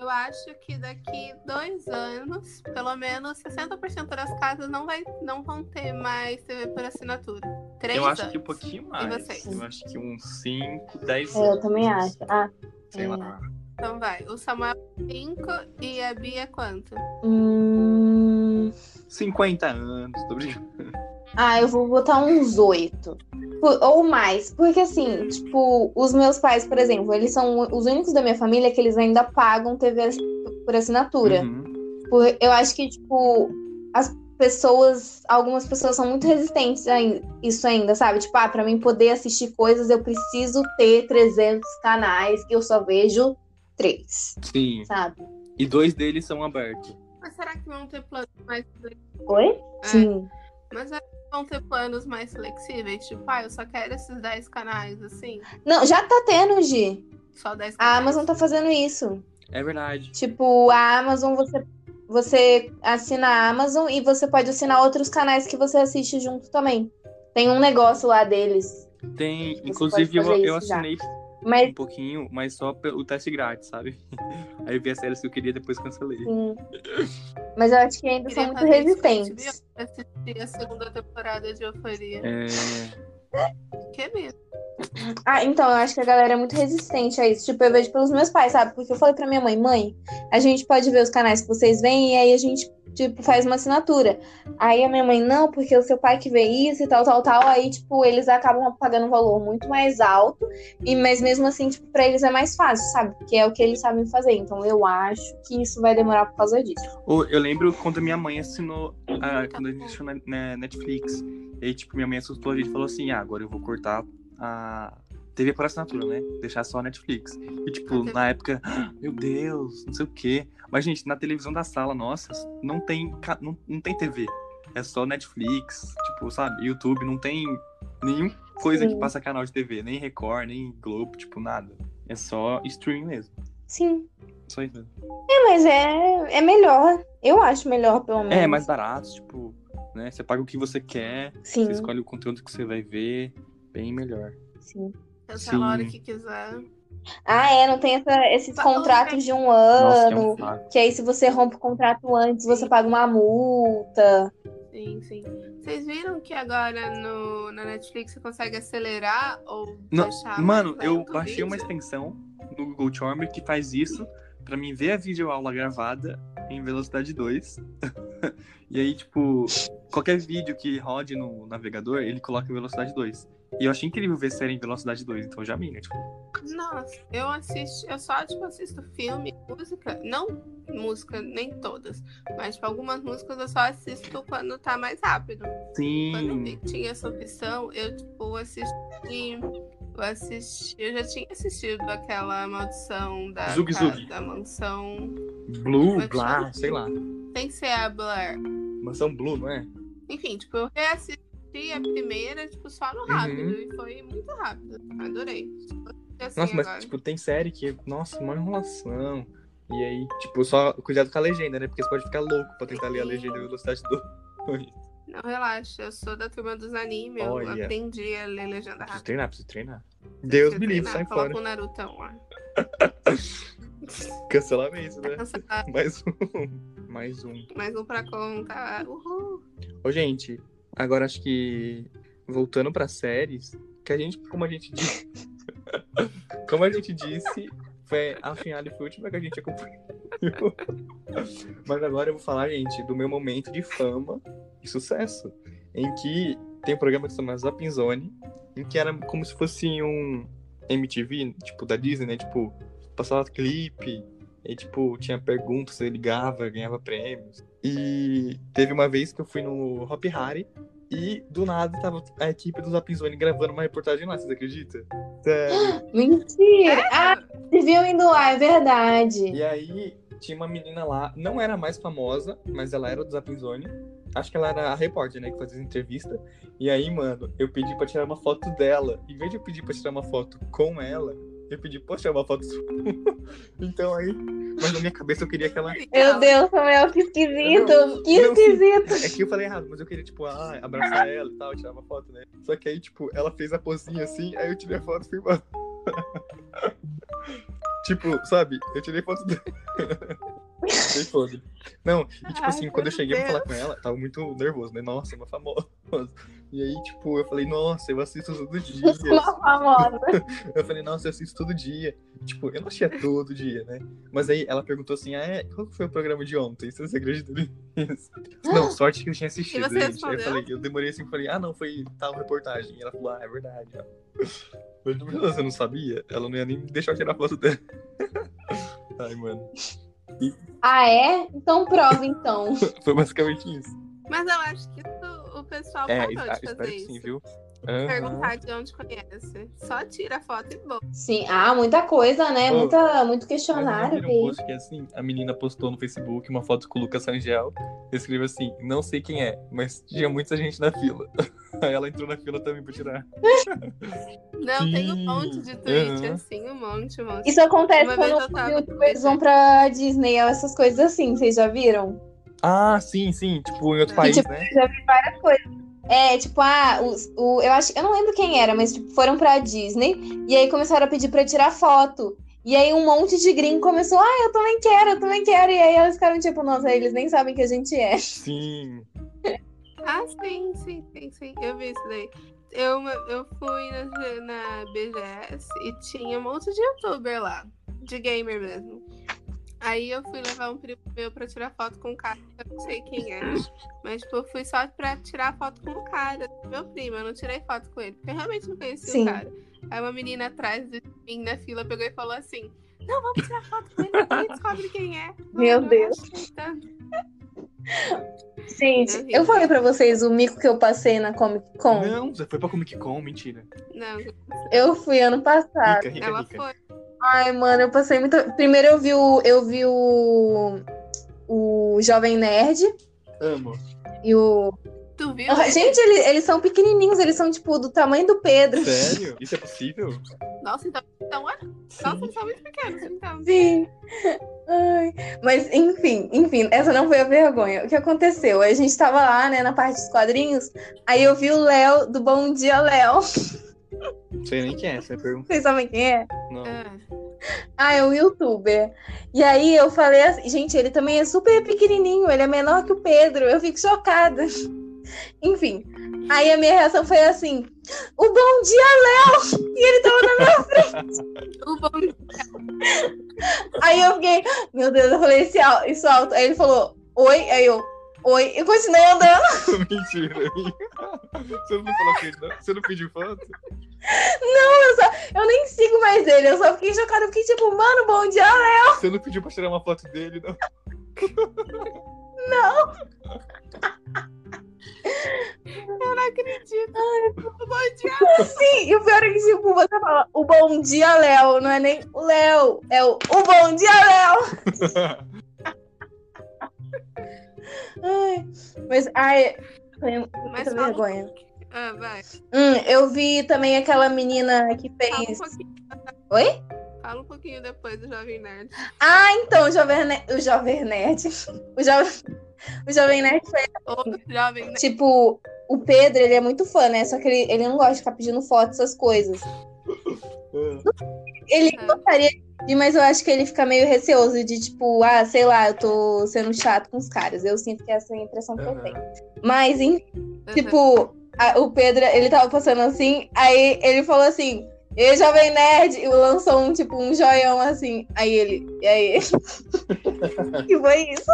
Eu acho que daqui dois anos, pelo menos 60% das casas não, vai, não vão ter mais TV por assinatura. Três Eu acho anos. que um pouquinho E mais. vocês? Eu acho que uns 5, 10 É, eu também acho. Ah, Sei lá. Então vai. O Samuel 5 e a Bia quanto? hum... 50 anos, tô brincando. Ah, eu vou botar uns oito. Por- Ou mais. Porque assim, tipo, os meus pais, por exemplo, eles são os únicos da minha família que eles ainda pagam TV ass- por assinatura. Uhum. Por- eu acho que, tipo, as pessoas, algumas pessoas são muito resistentes a in- isso ainda, sabe? Tipo, ah, pra mim poder assistir coisas, eu preciso ter 300 canais que eu só vejo três, Sim. sabe? E dois deles são abertos. Mas será que vão ter planos mais Oi? É. Sim. Mas será que vão ter planos mais flexíveis? Tipo, ah, eu só quero esses 10 canais, assim. Não, já tá tendo, Gi. Só 10 canais. A Amazon tá fazendo isso. É verdade. Tipo, a Amazon, você, você assina a Amazon e você pode assinar outros canais que você assiste junto também. Tem um negócio lá deles. Tem, Você inclusive eu, pode fazer eu isso já. assinei Mas, um pouquinho, mas só pe- o teste grátis, sabe? Aí eu vi as séries que eu queria depois cancelei. sim. Mas eu acho que ainda são Queria fazer isso muito com a resistentes. HBO, Assistir a segunda temporada de Euforia. É... Que mesmo. Ah, então, eu acho que a galera é muito resistente a isso. Tipo, eu vejo pelos meus pais, sabe? Porque eu falei pra minha mãe, mãe, a gente pode ver os canais que vocês veem e aí a gente, tipo, faz uma assinatura. Aí a minha mãe, não, porque o seu pai que vê isso e tal, tal, tal. Aí, tipo, eles acabam pagando um valor muito mais alto. E, mas mesmo assim, tipo, pra eles é mais fácil, sabe? Porque é o que eles sabem fazer. Então, eu acho que isso vai demorar por causa disso. Ô, eu lembro quando a minha mãe assinou, a, quando a gente assinou na, na Netflix. E aí, tipo, minha mãe assustou a gente e falou assim, ah, agora eu vou cortar a TV por assinatura, né? Deixar só a Netflix. E, tipo, Ah, na época, "Ah, meu Deus, não sei o quê. Mas, gente, na televisão da sala, nossa, não tem, ca- não, não tem TV. É só Netflix, tipo, sabe? YouTube, não tem nenhum coisa Sim. que passa canal de TV, nem Record, nem Globo, tipo, nada. É só streaming mesmo. Sim. Só isso mesmo. É, mas é, é melhor. Eu acho melhor, pelo menos. É, mais barato, tipo, né? Você paga o que você quer, Sim, você escolhe o conteúdo que você vai ver, bem melhor. sim. Cancela a hora Sim. que quiser. Ah, é, não tem essa- esses Tá contratos bom, de um Nossa, que é ano. um saco. Que aí, se você rompe o contrato antes, você paga uma multa. Sim, sim. Vocês viram que agora no, na Netflix você consegue acelerar ou Não, deixar. Mano, mais eu lento o baixei uma vídeo? extensão do Google Chrome que faz isso pra mim ver a videoaula gravada em velocidade 2. e aí, tipo, qualquer vídeo que rode no navegador, ele coloca em velocidade 2. E eu achei incrível ver série em velocidade 2, então já minha, tipo, Nossa, eu assisto, eu só tipo, assisto filme, música, não música, nem todas, mas tipo, algumas músicas eu só assisto quando tá mais rápido. Quando eu vi sim. que tinha essa opção, eu tipo assisti. Eu assisti. Eu já tinha assistido aquela maldição da, Zug ca- Zug. da mansão. Blue, Mas Blá, sabe- sei lá. Sem ser a Blair. Mansão Blue, não é? Enfim, tipo, eu reassisti a primeira, tipo, só Uhum. no rápido. E foi muito rápido. Adorei. Assim Nossa, mas, agora. tipo, tem série que, nossa, uma enrolação. E aí, tipo, só cuidado com a legenda, né? Porque você pode ficar louco pra tentar ler a legenda em velocidade 2. Não, relaxa. Eu sou da turma dos animes. Eu Olha. aprendi a ler legenda Preciso rápida. treinar, preciso treinar. Deus Você me livre, Ah. treinar, sai Coloca fora. É. o Narutão lá. Cancelamento, né? Cancelar Mais um. Mais um. mais um pra conta. Uhul. Ô, gente, agora acho que voltando pra séries, que a gente, como a gente disse. como a gente disse, foi a finale foi a última que a gente acompanhou. Mas agora eu vou falar, gente, do meu momento de fama e sucesso. Em que tem um programa que se chama Zapinzone, em que era como se fosse um MTV, tipo, da Disney, né? Tipo, passava clipe, e tipo, tinha perguntas, você ligava, ganhava prêmios. E teve uma vez que eu fui no Hop Harry e do nada tava a equipe do Zapinzone gravando uma reportagem lá, vocês acreditam? Sério. Mentira! É? Ah, você viu indo lá, é verdade. E aí tinha uma menina lá, não era a mais famosa, mas ela era do Zapinzone. Acho que ela era a repórter, né, que fazia entrevista. E aí, mano, eu pedi pra tirar uma foto dela. Em vez de eu pedir pra tirar uma foto com ela, eu pedi, posso tirar uma foto sua? então aí, mas na minha cabeça eu queria que ela Meu Deus, Samuel, que esquisito. Que Não, sim. esquisito. É que eu falei errado, mas eu queria, tipo, ah, abraçar ela e tal, tirar uma foto, né? Só que aí, tipo, ela fez a pozinha assim, aí eu tirei a foto e fui embora. tipo, sabe? Eu tirei foto dela. Achei foda. Não, e tipo Ai, assim, quando eu meu cheguei pra Deus. falar com ela, tava muito nervoso, né? Nossa, uma famosa. E aí, tipo, eu falei, nossa, eu assisto todo dia. Uma famosa. Eu falei, nossa, eu assisto todo dia. Tipo, eu não assistia todo dia, né? Mas aí ela perguntou assim, ah, é, qual que foi o programa de ontem? Vocês acreditam nisso? Não, sorte que eu tinha assistido, E você gente. Aí eu respondeu? falei, eu demorei assim, falei, ah, não, foi tal reportagem. E ela falou, ah, é verdade. ó. Mas não, você não sabia? Ela não ia nem me deixar tirar foto dela. Ai, mano. Ah, é? Então prova, então. Foi basicamente isso. Mas eu acho que isso, o pessoal É, parou de es- ah, fazer espero que isso. sim, viu? Aham. Perguntar de onde conhece. Só tira a foto e boa. Sim. Ah, muita coisa, né? Ô, Muita, muito Mas já questionário. viram um post que é assim, a menina postou no Facebook uma foto com o Lucas Rangel, escreveu assim, não sei quem é, mas tinha muita gente na fila. Aí ela entrou na fila também pra tirar. Não, tem um Sim, monte de tweet aham. assim, um monte, um monte. Isso acontece Uma vez eu quando os tava- youtubers vão pra Disney, essas coisas assim, vocês já viram? Ah, sim, sim, tipo, em outro E, país, tipo, né? É, tipo, ah, os- o, eu acho, eu não lembro quem era, mas tipo, foram pra Disney e aí começaram a pedir pra tirar foto. E aí um monte de gringo começou, ah, eu também quero, eu também quero. E aí elas ficaram tipo, nossa, eles nem sabem que a gente é. Sim. Ah, sim, sim, sim, sim. Eu vi isso daí. Eu, eu fui na, na BGS e tinha um monte de youtuber lá, de gamer mesmo. Aí eu fui levar um primo meu pra tirar foto com um cara, eu não sei quem é. Mas, tipo, eu fui só pra tirar foto com o cara, do meu primo. Eu não tirei foto com ele, porque eu realmente não conhecia Sim. o cara. Aí uma menina atrás de mim na fila pegou e falou assim: Não, vamos tirar foto com ele, depois ele descobre quem é. Meu Mano, eu Deus. achei tanto. Gente, eu falei pra vocês o mico que eu passei na Comic Con. É Não, você foi pra Comic Con, mentira. Não, Eu fui ano passado. Rica, rica, Ah, ela rica. foi. Ai, mano, eu passei muito. Primeiro eu vi o, eu vi o, o Jovem Nerd Amo. e o Tu viu? Ah, Gente, ele- eles são pequenininhos, eles são, tipo, do tamanho do Pedro. Sério? Isso é possível? Nossa, então, então é. Nossa, eles são muito pequenos, então. Sim. Ai, Mas, enfim, enfim, essa não foi a vergonha. O que aconteceu? A gente tava lá, né, na parte dos quadrinhos, aí eu vi o Léo, do Bom Dia Léo. Não sei nem quem é, você pergunta. Vocês sabem quem é? Não. É. Ah, é um youtuber. E aí eu falei assim, gente, ele também é super pequenininho, ele é menor que o Pedro. Eu fico chocada. Enfim, aí a minha reação foi assim: o bom dia, Léo! E ele tava na minha. O bom Aí eu fiquei, meu Deus, eu falei esse al- isso alto. Aí ele falou, oi. Aí eu, oi. E continuei andando. Mentira. amiga. Você não falou que ele não? Você não pediu foto? Eu nem sigo mais ele, eu só fiquei chocada. Eu fiquei tipo, mano, bom dia, Léo! Você não pediu pra tirar uma foto dele, não? Sim, e o pior é que, tipo, você fala, o bom dia, Léo. Não é nem o Léo, é o, o bom dia, Léo! Ai, mas ai, foi Mas muita fala um vergonha. Ah, vai. Hum, eu vi também aquela menina que Fala um fez. pouquinho. É Oi? Fala um pouquinho depois do Jovem Nerd. Ah, então, o Jovem Nerd. O Jovem Nerd. O Jovem, o Jovem Nerd foi Outro Jovem Nerd. tipo. O Pedro, ele é muito fã, né? Só que ele, ele não gosta de ficar pedindo foto, essas coisas. Ele É. gostaria de, mas eu acho que ele fica meio receoso de, tipo, ah, sei lá, eu tô sendo chato com os caras. Eu sinto que essa é a impressão que Ah, eu tenho. Mas, enfim. Tipo, a- o Pedro, ele tava passando assim, aí ele falou assim, e aí, jovem nerd, e lançou um, tipo, um joião assim. Aí ele, e aí? e foi isso.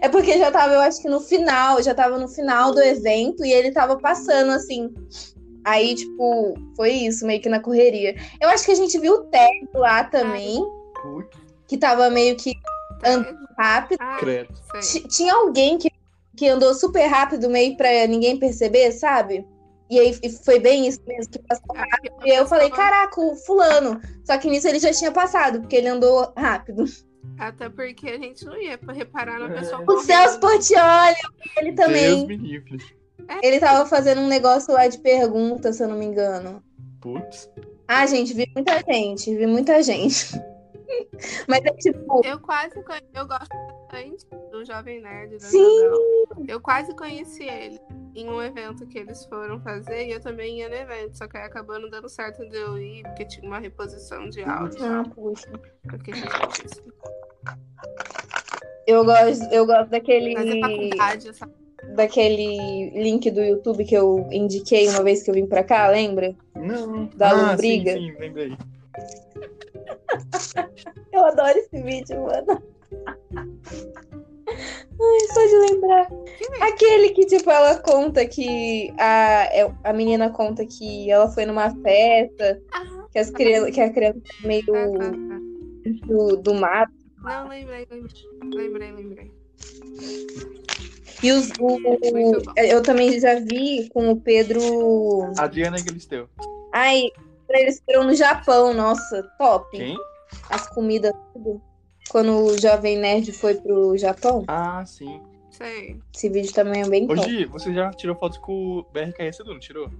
É porque já tava, eu acho que no final, já tava no final do evento, e ele tava passando assim. Aí, tipo, foi isso, meio que na correria. Eu acho que a gente viu o Ted lá também, Putz, que tava meio que rápido. Ah, credo. sei. Ti- Tinha alguém que, que andou super rápido, meio pra ninguém perceber, sabe? E aí e foi bem isso mesmo que passou. Acho que é uma E aí eu falei, pessoa- caraca, o fulano. Só que nisso ele já tinha passado, porque ele andou rápido. Até porque a gente não ia reparar na pessoa. O correndo. Celso Portioli, ele Deus também. me livre. Ele tava fazendo um negócio lá de pergunta, se eu não me engano. Putz. Ah, gente, vi muita gente, vi muita gente. Mas é tipo, Eu quase conhe... Eu gosto bastante do Jovem Nerd. Do Sim! Jogão. Eu quase conheci ele em um evento que eles foram fazer e eu também ia no evento, só que aí acabou não dando certo de eu ir, porque tinha uma reposição de áudio. ah, puxa. Porque a gente Eu gosto, eu gosto daquele. fazer é faculdade, essa daquele link do YouTube que eu indiquei uma vez que eu vim pra cá, lembra? Não. Da ah, lombriga. Sim, sim, lembrei. Eu adoro esse vídeo, mano. Ai, só de lembrar. Aquele que, tipo, ela conta que. A, é- a menina conta que ela foi numa festa, Ah, que, as criança, que a criança é meio tá, tá, tá. do, do mato. Não, lembrei, lembrei. Lembrei, lembrei. E os. o- Muito bom. eu também já vi com o Pedro. Adriana Galisteu. Ai, eles foram no Japão, nossa, top. Quem? as comidas, tudo. Quando o Jovem Nerd foi pro Japão, Ah, sim. Sei. esse vídeo também é bem Ô, top. Gi, você já tirou foto com o BRKS Edu, não tirou?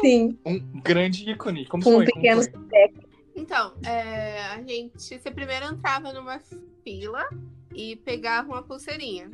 Sim. Um grande ícone. Como Com um foi? Como pequenos foi? Então, é, a gente. Você primeiro entrava numa fila e pegava uma pulseirinha.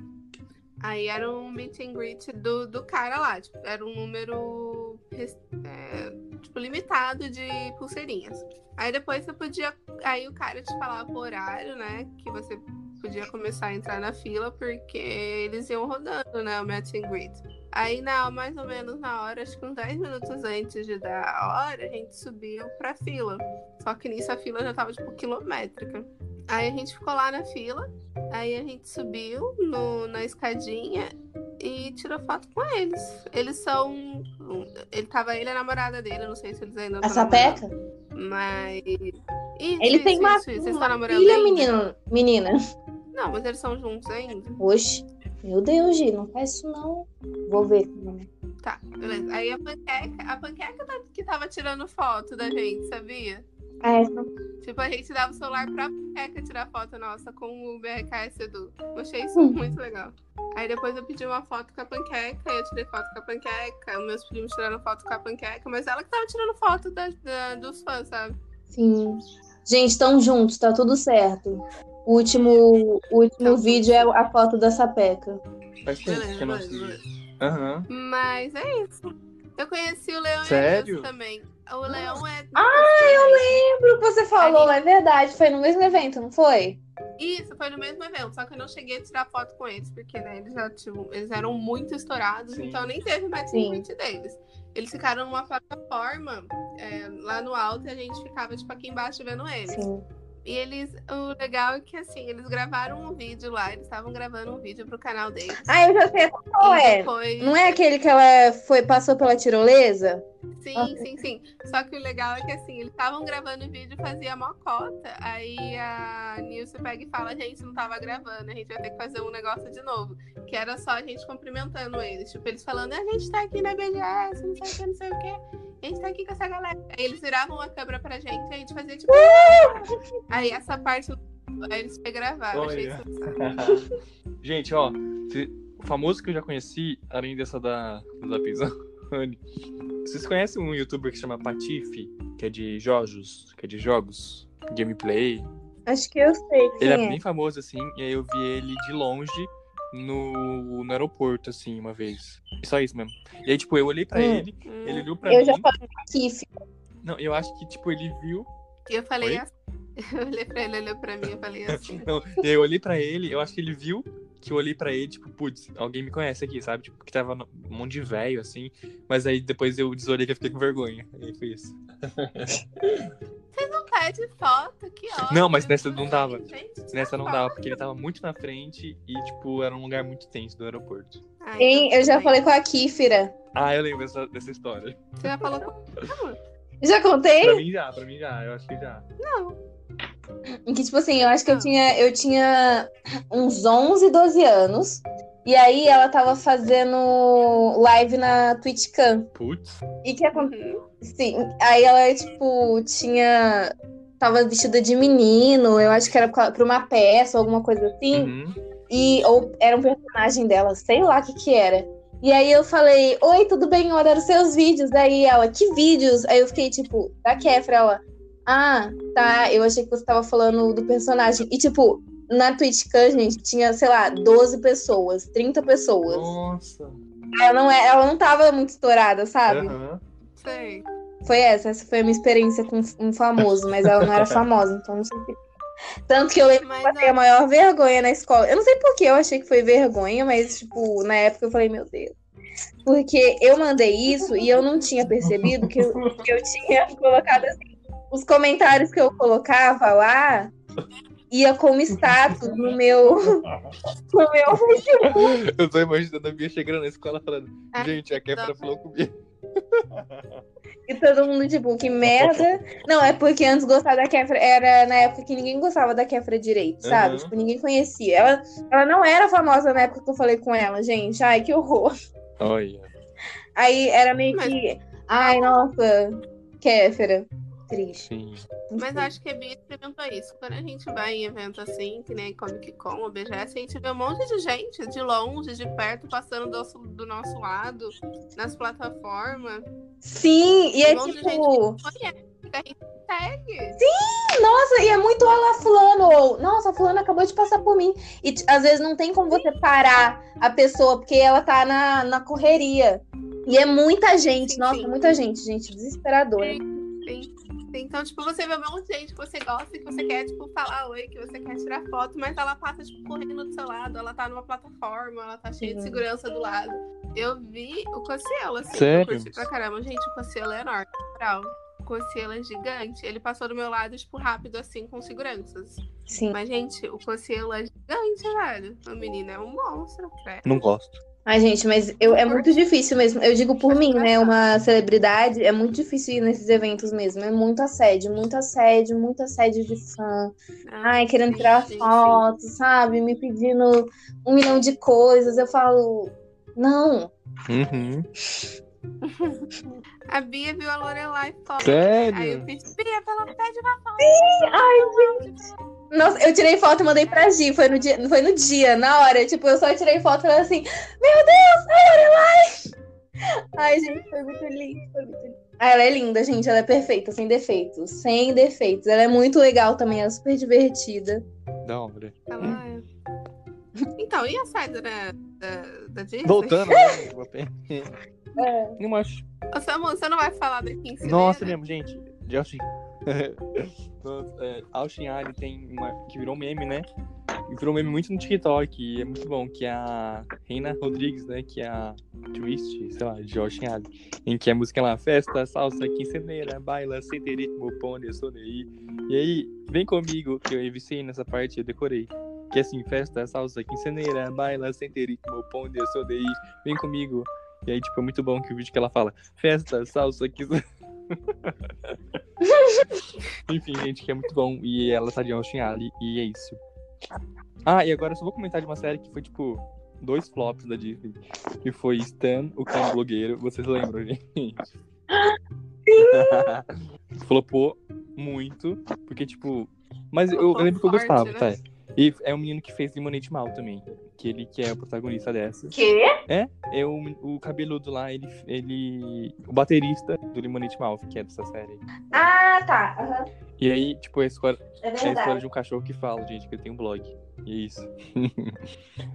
Aí era um meet and greet do, do cara lá. tipo, era um número res- é, tipo, limitado de pulseirinhas. Aí depois você podia. Aí o cara te falava o horário, né? Que você podia começar a entrar na fila, porque eles iam rodando, né? O meet and greet. Aí, na, mais ou menos na hora, acho que uns 10 minutos antes de dar a hora, a gente subiu pra fila. Só que nisso a fila já tava, tipo, quilométrica. Aí a gente ficou lá na fila, aí a gente subiu no- na escadinha e tirou foto com eles. Eles são. Ele tava ele e a namorada dele, não sei se eles ainda A tão namorando. sapeca? Mas. Ele tem uma, Vocês uma estão namorando filha, ainda? menino, menina. Não, mas eles são juntos ainda. Oxe. Meu Deus, Gi, não faz isso não. Vou ver. Tá, beleza. Aí a panqueca, a panqueca tá- que tava tirando foto da gente, sabia? É, Tipo, a gente dava o celular pra Peca tirar foto nossa com o BRKS Edu. Eu achei isso Hum. muito legal. Aí depois eu pedi uma foto com a panqueca, eu tirei foto com a panqueca, meus primos tiraram foto com a panqueca, mas ela que tava tirando foto da- da- dos fãs, sabe? Sim. Gente, estão juntos, tá tudo certo. O último, o último vídeo é a foto da sapeca. Faz tempo que eu não Beleza, assisti. beleza. Aham. Mas é isso. Eu conheci o Leão Sério? e a Nilce também. O Leão é. Ah, eu lembro que você falou, é verdade. Foi no mesmo evento, não foi? Isso, foi no mesmo evento, só que eu não cheguei a tirar foto com eles, porque né, eles já tinham, eles eram muito estourados, Sim. então nem teve mais Sim. meet deles. Eles ficaram numa plataforma é, lá no alto e a gente ficava tipo aqui embaixo vendo eles. Sim. E eles, o legal é que assim, eles gravaram um vídeo lá, eles estavam gravando um vídeo pro canal deles. Ah, eu já sei qual e é. depois- Não é aquele que ela foi, passou pela tirolesa? Sim, sim, sim. Só que o legal é que assim, eles estavam gravando o vídeo e fazia mocota. Aí a Nilce pega e fala, gente, não tava gravando, a gente vai ter que fazer um negócio de novo. Que era só a gente cumprimentando eles. Tipo, eles falando, a gente tá aqui na BGS, não sei o que, não sei o que. A gente tá aqui com essa galera. Aí eles viravam a câmera pra gente e a gente fazia tipo. Aí essa parte aí eles foi gravar. Eu achei Uhum. Olha. isso assim. Gente, ó, se- o famoso que eu já conheci, além dessa da, da Pisani, vocês conhecem um youtuber que se chama Patife, que é de jogos, que é de jogos, gameplay. Acho que eu sei quem Ele é é. bem famoso, assim, e aí eu vi ele de longe no, no aeroporto, assim, uma vez. E só isso mesmo. E aí, tipo, eu olhei pra Hum. ele, ele olhou pra Eu mim. já falei aqui, filho. Não, eu acho que, tipo, ele viu E eu falei Oi? assim. Eu olhei pra ele, ele olhou pra mim, eu falei assim. Não, e aí eu olhei pra ele, eu acho que ele viu que eu olhei pra ele, tipo, putz, alguém me conhece aqui, sabe? Tipo, que tava no- um monte de velho, assim. Mas aí depois eu desolei que eu fiquei com vergonha. E aí foi isso. Vocês não pede foto, que ótimo. Não, mas nessa não dava. Gente, Nessa não dava, porque ele tava muito na frente e, tipo, era um lugar muito tenso do aeroporto. Ah, Hein? então Eu já tudo falei com a Kífira. Ah, eu lembro dessa, dessa história. bem. Você já falou com Já Pra contei? mim já, pra mim já, eu acho que já. Em Que, tipo assim, eu acho que eu tinha, eu tinha uns 11, 12 anos. E aí ela tava fazendo live na TwitchCam. Putz. E que aconteceu? Uhum. Sim, aí ela, tipo, tinha. Tava vestida de menino, eu acho que era pra pra uma peça ou alguma coisa assim. Uhum. E, ou era um personagem dela, sei lá o que que era. E aí eu falei, oi, tudo bem? Eu adoro seus vídeos. Daí ela, que vídeos? Aí eu fiquei, tipo, da Kefra, ela, ah, tá, eu achei que você tava falando do personagem. E, tipo, na TwitchCam, gente, tinha, sei lá, 12 pessoas, 30 pessoas. Nossa. Ela não, é, ela não tava muito estourada, sabe? Aham. Sei. Foi essa, essa foi a minha experiência com um famoso, mas ela não era famosa, então não sei o que. Tanto que eu lembro Mas que eu passei a maior vergonha na escola. Eu não sei por que eu achei que foi vergonha, mas, tipo, na época eu falei, meu Deus. Porque eu mandei isso e eu não tinha percebido que eu, que eu tinha colocado assim. Os comentários que eu colocava lá ia como status no meu. No meu. Eu tô imaginando a Bia chegando na escola falando, Ah, gente, a Kefra não. falou comigo. E todo mundo, tipo, que merda. Não, é porque antes gostar da Kefra era na época que ninguém gostava da Kefra direito, sabe? Aham. Tipo, ninguém conhecia. Ela, ela não era famosa na época que eu falei com ela, gente. Ai, que horror. Olha. Aí era meio Mas- que. Ai, nossa, Kefra. Triste. Sim. Mas eu acho que a Bia experimentou isso. Quando a gente vai em evento assim, que nem Comic Con ou BGS, a gente vê um monte de gente, de longe, de perto, passando do nosso, do nosso lado, nas plataformas. Sim, e é um monte de tipo. gente que conhece, que a gente segue. Nossa, e é muito olá fulano, ou nossa, fulano acabou de passar por mim. E t- às vezes não tem como você parar a pessoa, porque ela tá na, na correria. E é muita gente, Sim, nossa, sim. muita gente, gente, desesperadora. Sim, sim. Então, tipo, você vê um monte de gente que você gosta, que você quer, tipo, falar oi, que você quer tirar foto, mas ela passa, tipo, correndo do seu lado, ela tá numa plataforma, ela tá cheia de Sim. segurança do lado. Eu vi o Cossielo, assim, Sério? eu curti pra caramba. Gente, o Cossielo é enorme, natural. O Cossielo é gigante. Ele passou do meu lado, tipo, rápido, assim, com seguranças. Sim. Mas, gente, o Cossielo é gigante, velho. O menino é um monstro, credo. Não gosto. Ai, gente, mas eu, é muito difícil mesmo. Eu digo por mim, né? Uma celebridade, é muito difícil ir nesses eventos mesmo. É muito assédio, muito assédio, muito assédio de fã. Ai, querendo tirar Sim, sim. foto, sabe? Me pedindo um milhão de coisas. Eu falo, não, Uhum. A Bia viu a Lorelai top. Aí eu Sério? pedi, Bia, pelo pede uma foto. Nossa, eu tirei foto e mandei pra Gi. Foi no dia, foi no dia na hora. Tipo, eu só tirei foto e falei assim: Meu Deus, a Lorelai! Ai, gente, foi muito lindo. Foi muito lindo. Ah, ela é linda, gente. Ela é perfeita, sem defeitos. Sem defeitos. Ela é muito legal também. Ela é super divertida. Da hora. Ela é. Então, e a saída da, da, da Disney? É. Voltando, né? É. Não acho. Ô, Samu, você não vai falar daqui em cima? Nossa, mesmo, gente. De Austin. Nossa, é, Austin Allen tem uma que virou meme, né? E virou meme muito no TikTok. E é muito bom. Que é a Reina Rodrigues, né? Que é a Twist, sei lá, de Austin Allen. Em que a música é lá, festa, salsa, quinceneira, baila, sem ter ritmo, pônei, sonei. E aí, vem comigo, que eu evicei nessa parte, eu decorei. Que é assim, festa, salsa, quinceneira, baila, sem ter ritmo, pônei, sonei. Vem comigo. E aí, tipo, é muito bom que o vídeo que ela fala, festa, salsa, quinceneira. Enfim, gente, que é muito bom. E ela tá de Austin Alley, e é isso. Ah, e agora eu só vou comentar de uma série que foi, tipo, dois flops da Disney. Que foi Stan, o cão blogueiro. Vocês lembram, gente? Flopou muito. Porque, tipo... Mas eu, eu Flopou lembro que eu forte, gostava, né? tá? E é um menino que fez Limonade Mal também. Que ele que é o protagonista dessa. Quê? É, é o, o cabeludo lá, ele, ele... O baterista do Limonade Mal, que é dessa série. Ah, tá. E aí, tipo, a história, É é a história de um cachorro que fala, gente, que ele tem um blog. E é isso.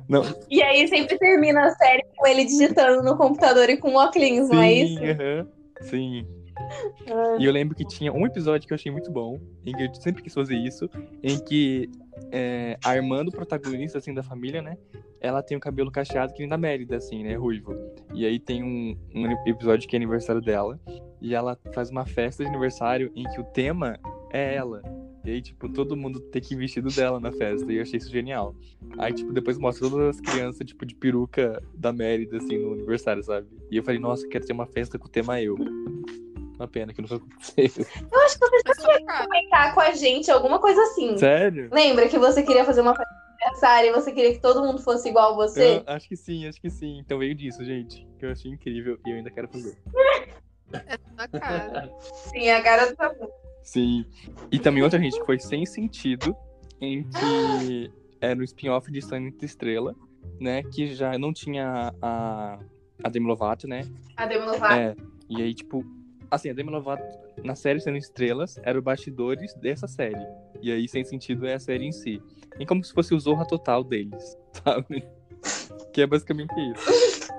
Não, E aí sempre termina a série com ele digitando no computador e com óculos, não é isso? sim, aham, sim. E eu lembro que tinha um episódio que eu achei muito bom, em que eu sempre quis fazer isso, em que é, a irmã do protagonista, assim, da família, né? Ela tem o cabelo cacheado que nem da Mérida, assim, né? Ruivo. E aí tem um, um episódio que é aniversário dela. E ela faz uma festa de aniversário em que o tema é ela. E aí, tipo, todo mundo tem que ir vestido dela na festa. E eu achei isso genial. Aí, tipo, depois mostra todas as crianças, tipo, de peruca da Mérida, assim, no aniversário, sabe? E eu falei, nossa, quero ter uma festa com o tema eu. Uma pena que não aconteceu. Eu acho que vocês Eu sou poderiam chocada. comentar com a gente alguma coisa assim. Sério? Lembra que você queria fazer uma festa de aniversário e você queria que todo mundo fosse igual a Eu você? acho que sim, acho que sim. Então veio disso, gente. Que eu achei incrível e eu ainda quero fazer. Na cara. Sim, a cara do Samu. Sim. E também outra, gente, que foi sem sentido, em que era um spin-off de Santa Estrela, né? Que já não tinha a, a Demi Lovato, né? A Demi Lovato. É. E aí, tipo, assim, a Demi Lovato na série Sendo Estrelas era o bastidores dessa série. E aí, sem sentido, é a série em si. E como se fosse o Zorra Total deles, sabe? Que é basicamente isso.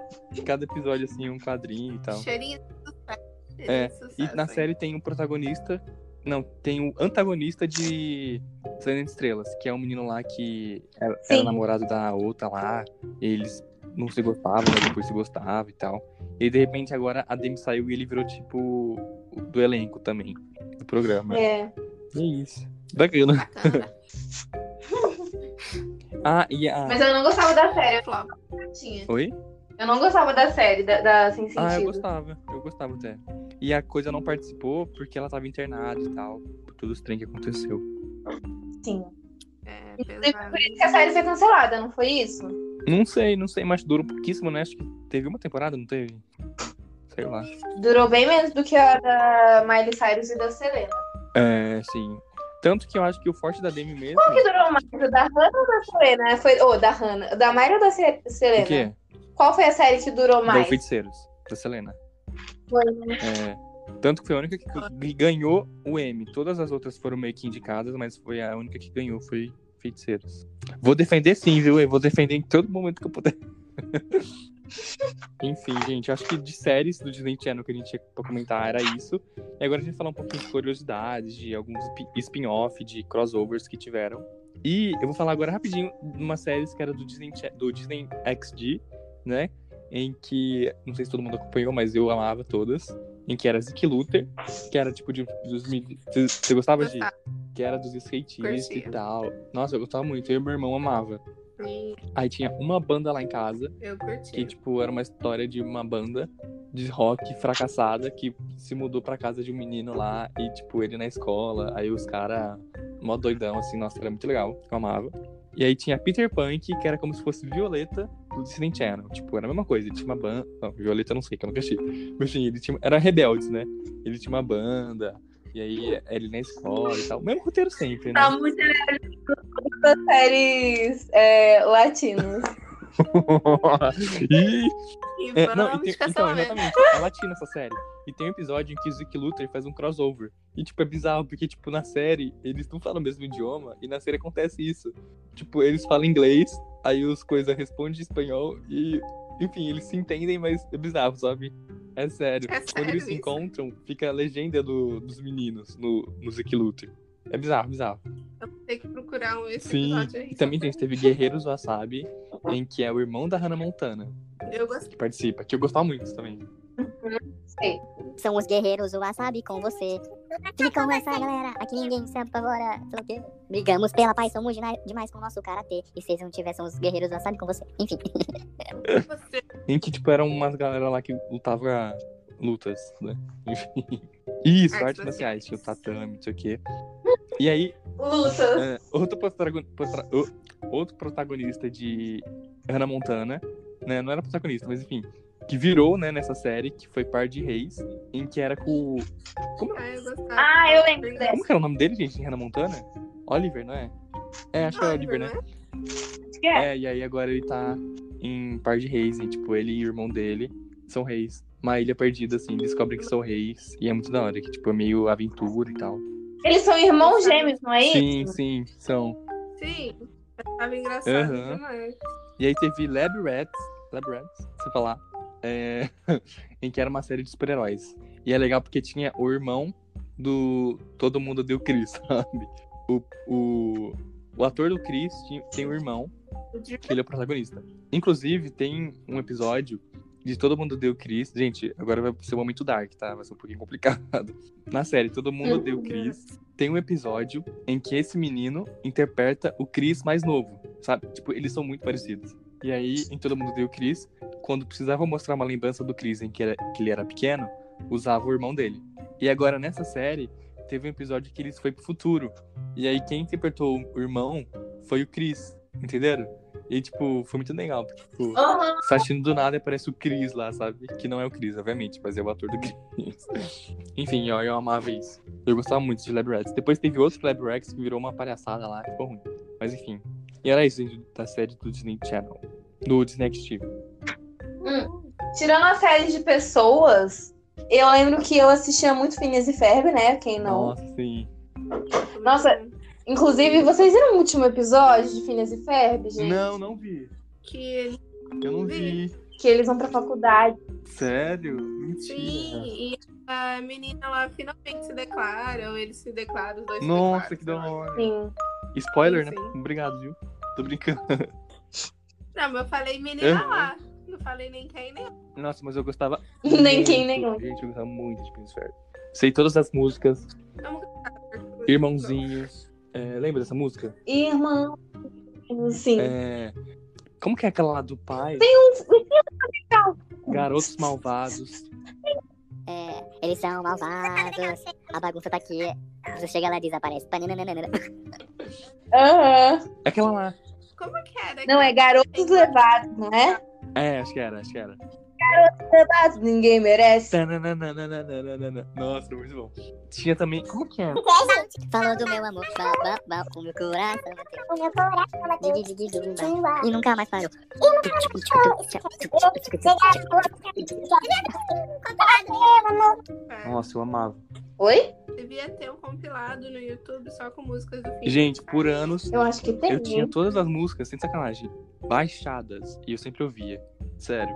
Cada episódio, assim, um quadrinho e tal. Cheirinho de sucesso. É, cheirinho de E sucesso, na hein? série tem um protagonista. Não, tem o antagonista de Sendo Estrelas, que é um menino lá que é, era, era Sim. namorado da outra lá. Eles não se gostavam, mas depois se gostavam e tal. E de repente agora a Demi saiu e ele virou tipo do elenco também, do programa. É. É isso. Bacana. Bacana. Ah, e a. Mas eu não gostava da série, Flop. eu tinha. Oi? Eu não gostava da série, da, da Sem Sentido. Ah, eu gostava. Eu gostava até. E a coisa não participou porque ela tava internada e tal. Por todos os trem que aconteceu. Sim. É, pesado. Por isso que a série foi cancelada, não foi isso? Não sei, não sei, mas durou pouquíssimo, né? Acho que teve uma temporada, não teve? Sei lá. Durou bem menos do que a da Miley Cyrus e da Selena. É, sim. Tanto que eu acho que o forte da Demi mesmo. Qual que durou mais? O da Hannah ou da Selena? Foi... Ou da Hannah. Da Miley ou da Se- Selena? O quê? Qual foi a série que durou Da mais? Feiticeiros, da Selena. Foi, É. Tanto que foi a única que que ganhou o M. Todas as outras foram meio que indicadas, mas foi a única que ganhou, foi Feiticeiros. Vou defender sim, viu? Eu vou defender em todo momento que eu puder. Enfim, gente, eu acho que de séries do Disney Channel que a gente tinha pra comentar era isso. E agora a gente vai falar um pouquinho de curiosidades, de alguns spi- spin-off, de crossovers que tiveram. E eu vou falar agora rapidinho de uma série que era do Disney, Cha- do Disney XD, né? Em que, não sei se todo mundo acompanhou, mas eu amava todas. Em que era Zeke Luther, que era tipo de. Dos, mil- você, você gostava de. Gostava. Que era dos skatistas e Curtia. tal. Nossa, eu gostava muito, eu e meu irmão amava. Hum, Aí tinha uma banda lá em casa Eu que, curti. tipo, era uma história de uma banda de rock fracassada que se mudou pra casa de um menino lá e, tipo, ele na escola. Aí os caras, mó doidão, assim, nossa, era muito legal, eu amava. E aí tinha Peter Punk, que era como se fosse Violeta, do Dissident Channel. Tipo, era a mesma coisa. Ele tinha uma banda. Não, Violeta eu não sei, que eu nunca achei. Mas enfim, ele tinha. Era Rebeldes, né? Ele tinha uma banda. E aí ele na escola e tal. O mesmo roteiro sempre, né? Tá muito das séries é, latinas. Ih, E é, foram não, e nomes tem, então, de né? cancelamento. exatamente. É latina essa série. E tem um episódio em que o Zeke Luther faz um crossover. E, tipo, é bizarro, porque, tipo, na série, eles não falam o mesmo idioma. E na série acontece isso. Tipo, eles falam inglês, aí os coisas respondem em espanhol. E, enfim, eles se entendem, mas é bizarro, sabe? É sério. É Quando sério eles se isso? encontram, fica a legenda do- dos meninos no, no Zeke Luther. É bizarro, bizarro. Eu vou ter que procurar um esse Sim. episódio né? aí. E também a gente teve Guerreiros Wasabi, em que é o irmão da Hannah Montana, Eu gostei. que participa. Que eu gostava muito também. São os guerreiros, o wasabi com você. Fique com essa galera, aqui ninguém se apavora. sei lá o quê. Brigamos pela paz, somos dina- demais com o nosso karatê. E se eles não tivessem os guerreiros, do wasabi com você. Enfim. Você Em que, tipo, eram umas galera lá que lutava lutas, né? Enfim. Isso, Artes artes marciais, tinha o tatame, não sei o quê. E aí, Lutas. é, outro, protagon- potra- o- outro protagonista de Hannah Montana, né? Não era protagonista, mas enfim. Que virou, né, nessa série, que foi Par de Reis, em que era com o. Como, Ah, eu gostava. Ah, eu lembro dessa. como que era o nome dele, gente, em Hannah Montana? Oliver, não é? É, acho que é Oliver, né? É. É, e aí agora ele tá em par de reis, e tipo, ele e o irmão dele são reis. Uma ilha perdida, assim, descobrem que são reis. E é muito da hora, que tipo, é meio aventura e tal. Eles são irmãos gêmeos, não é Sim, isso? sim, são. né? Sim, eu tava engraçado Aham. demais. E aí teve Lab Rats, Lab Rats, se eu falar, é, em que era uma série de super-heróis. E é legal porque tinha o irmão do Todo Mundo Deu Chris, sabe? O, o, o ator do Chris tinha- tem um irmão O de- que ele é o protagonista. Inclusive, tem um episódio de Todo Mundo Deu Chris. Gente, agora vai ser um momento dark, tá? Vai ser um pouquinho complicado. Na série, Todo Mundo Deu Chris. Tem um episódio em que esse menino interpreta o Chris mais novo, sabe? Tipo, eles são muito parecidos. E aí, em Todo Mundo Deu Chris, quando precisava mostrar uma lembrança do Chris em que, era- que ele era pequeno, usava o irmão dele. E agora, nessa série, teve um episódio que eles foi pro futuro. E aí, quem interpretou o irmão foi o Chris, entenderam? E, tipo, foi muito legal, porque, tipo, Aham. você tá assistindo do nada e aparece o Chris lá, sabe? Que não é o Chris, obviamente, mas é o ator do Chris. Enfim, ó, eu amava isso. Eu gostava muito de Lab Rats. Depois teve outro Lab Rats que virou uma palhaçada lá, ficou ruim. Mas enfim. E era isso, gente, da série do Disney Channel. Do Disney XD. Tirando a série de pessoas, eu lembro que eu assistia muito Phineas e Ferb, né? Quem não? Nossa, sim. Nossa. Inclusive, vocês viram o último episódio de Phineas e Ferb, gente? Não, não vi. Que ele Eu não vi. Que eles vão pra faculdade. Sério? sim, Mentira. e a menina lá finalmente se declara, ou ele se declara, os dois se Nossa, declaram, que da hora. Sim. Spoiler, né? Sim, sim. Obrigado, viu? Tô brincando. Não, mas eu falei menina Aham. lá. Não falei nem quem nem. Nossa, mas eu gostava. Nem quem, muito, nem um. onde. Gente, eu gostava muito de Prince Fair. Sei todas as músicas, Irmãozinhos. É, lembra dessa música? Irmão. Sim. É, como que é aquela lá do pai? um- Garotos Malvados. É, eles são malvados. A bagunça tá aqui. Você chega lá e desaparece. Pananana. Aham. É Aquela lá. Como que era? Não, é garotos levados, não é? É, acho que era, acho que era. Levados, ninguém merece. Tananananananana. Nossa, muito bom. Tinha também. Como que é? Falou do meu amor. Ba, ba, ba, o meu coração bateu. O meu coração bateu. E nunca mais parou. cara? Nossa, eu amava. Oi? Devia ter um compilado no YouTube só com músicas do filme. Gente, por anos Eu acho que tem. eu tinha todas as músicas, sem sacanagem, baixadas. E eu sempre ouvia. Sério.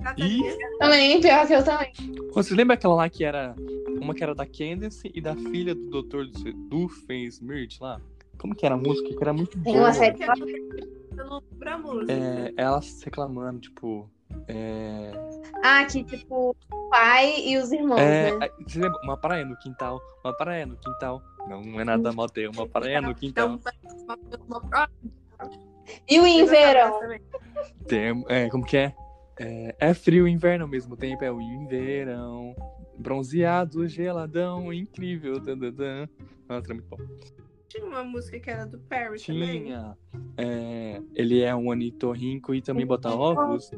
Natalia, Também, pior que eu também. Vocês lembram aquela lá que era. Uma que era da Candace e da filha do Dr. Doofenshmirtz lá? Como que era a música? Que era muito boa. Tem uma série. que a gente não lembra a música. é, elas reclamando, tipo. É, Ah, que tipo, o pai e os irmãos, é, né? aí, você lembra? Uma praia no quintal, uma praia no quintal. Não é nada mal ter uma praia no quintal. Uma- Então, uma- uma- E o em Eu gostava verão. também. Tem, é, como que é? é? É frio inverno ao mesmo tempo, é o inverno. Bronzeado, geladão, incrível. Tan, tan, tan. Nossa, era muito bom. Tinha uma música que era do Perry também. Tinha. É, ele é um anitorrinco e também bota ovos.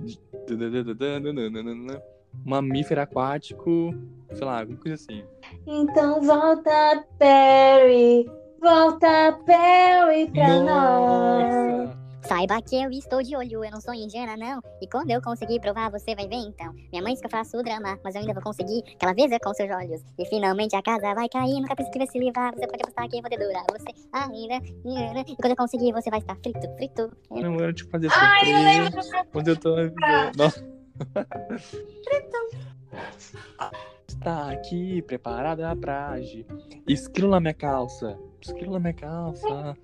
Mamífero aquático. Sei lá, alguma coisa assim. Então volta, Perry. Volta, Perry, pra nós. Nossa! Saiba que eu estou de olho, eu não sou indiana não. E quando eu conseguir provar, você vai ver então. Minha mãe diz que eu faço o drama, mas eu ainda vou conseguir. Aquela vez é com seus olhos. E finalmente a casa vai cair, nunca precisa que vai se livrar. Você pode apostar que eu vou dedurar você ainda. E quando eu conseguir, você vai estar frito, frito. Não era de fazer surpresa. Quando eu tô. Nossa. Está Tá aqui, preparada pra agir. Esquilo na minha calça. Esquilo na minha calça.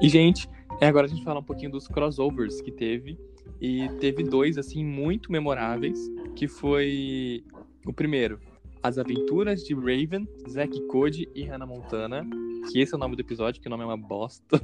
e, gente, é, agora a gente fala um pouquinho dos crossovers que teve. E teve dois, assim, muito memoráveis. Que foi o primeiro. As Aventuras de Raven, Zack Cody e Hannah Montana. Que esse é o nome do episódio, que o nome é uma bosta.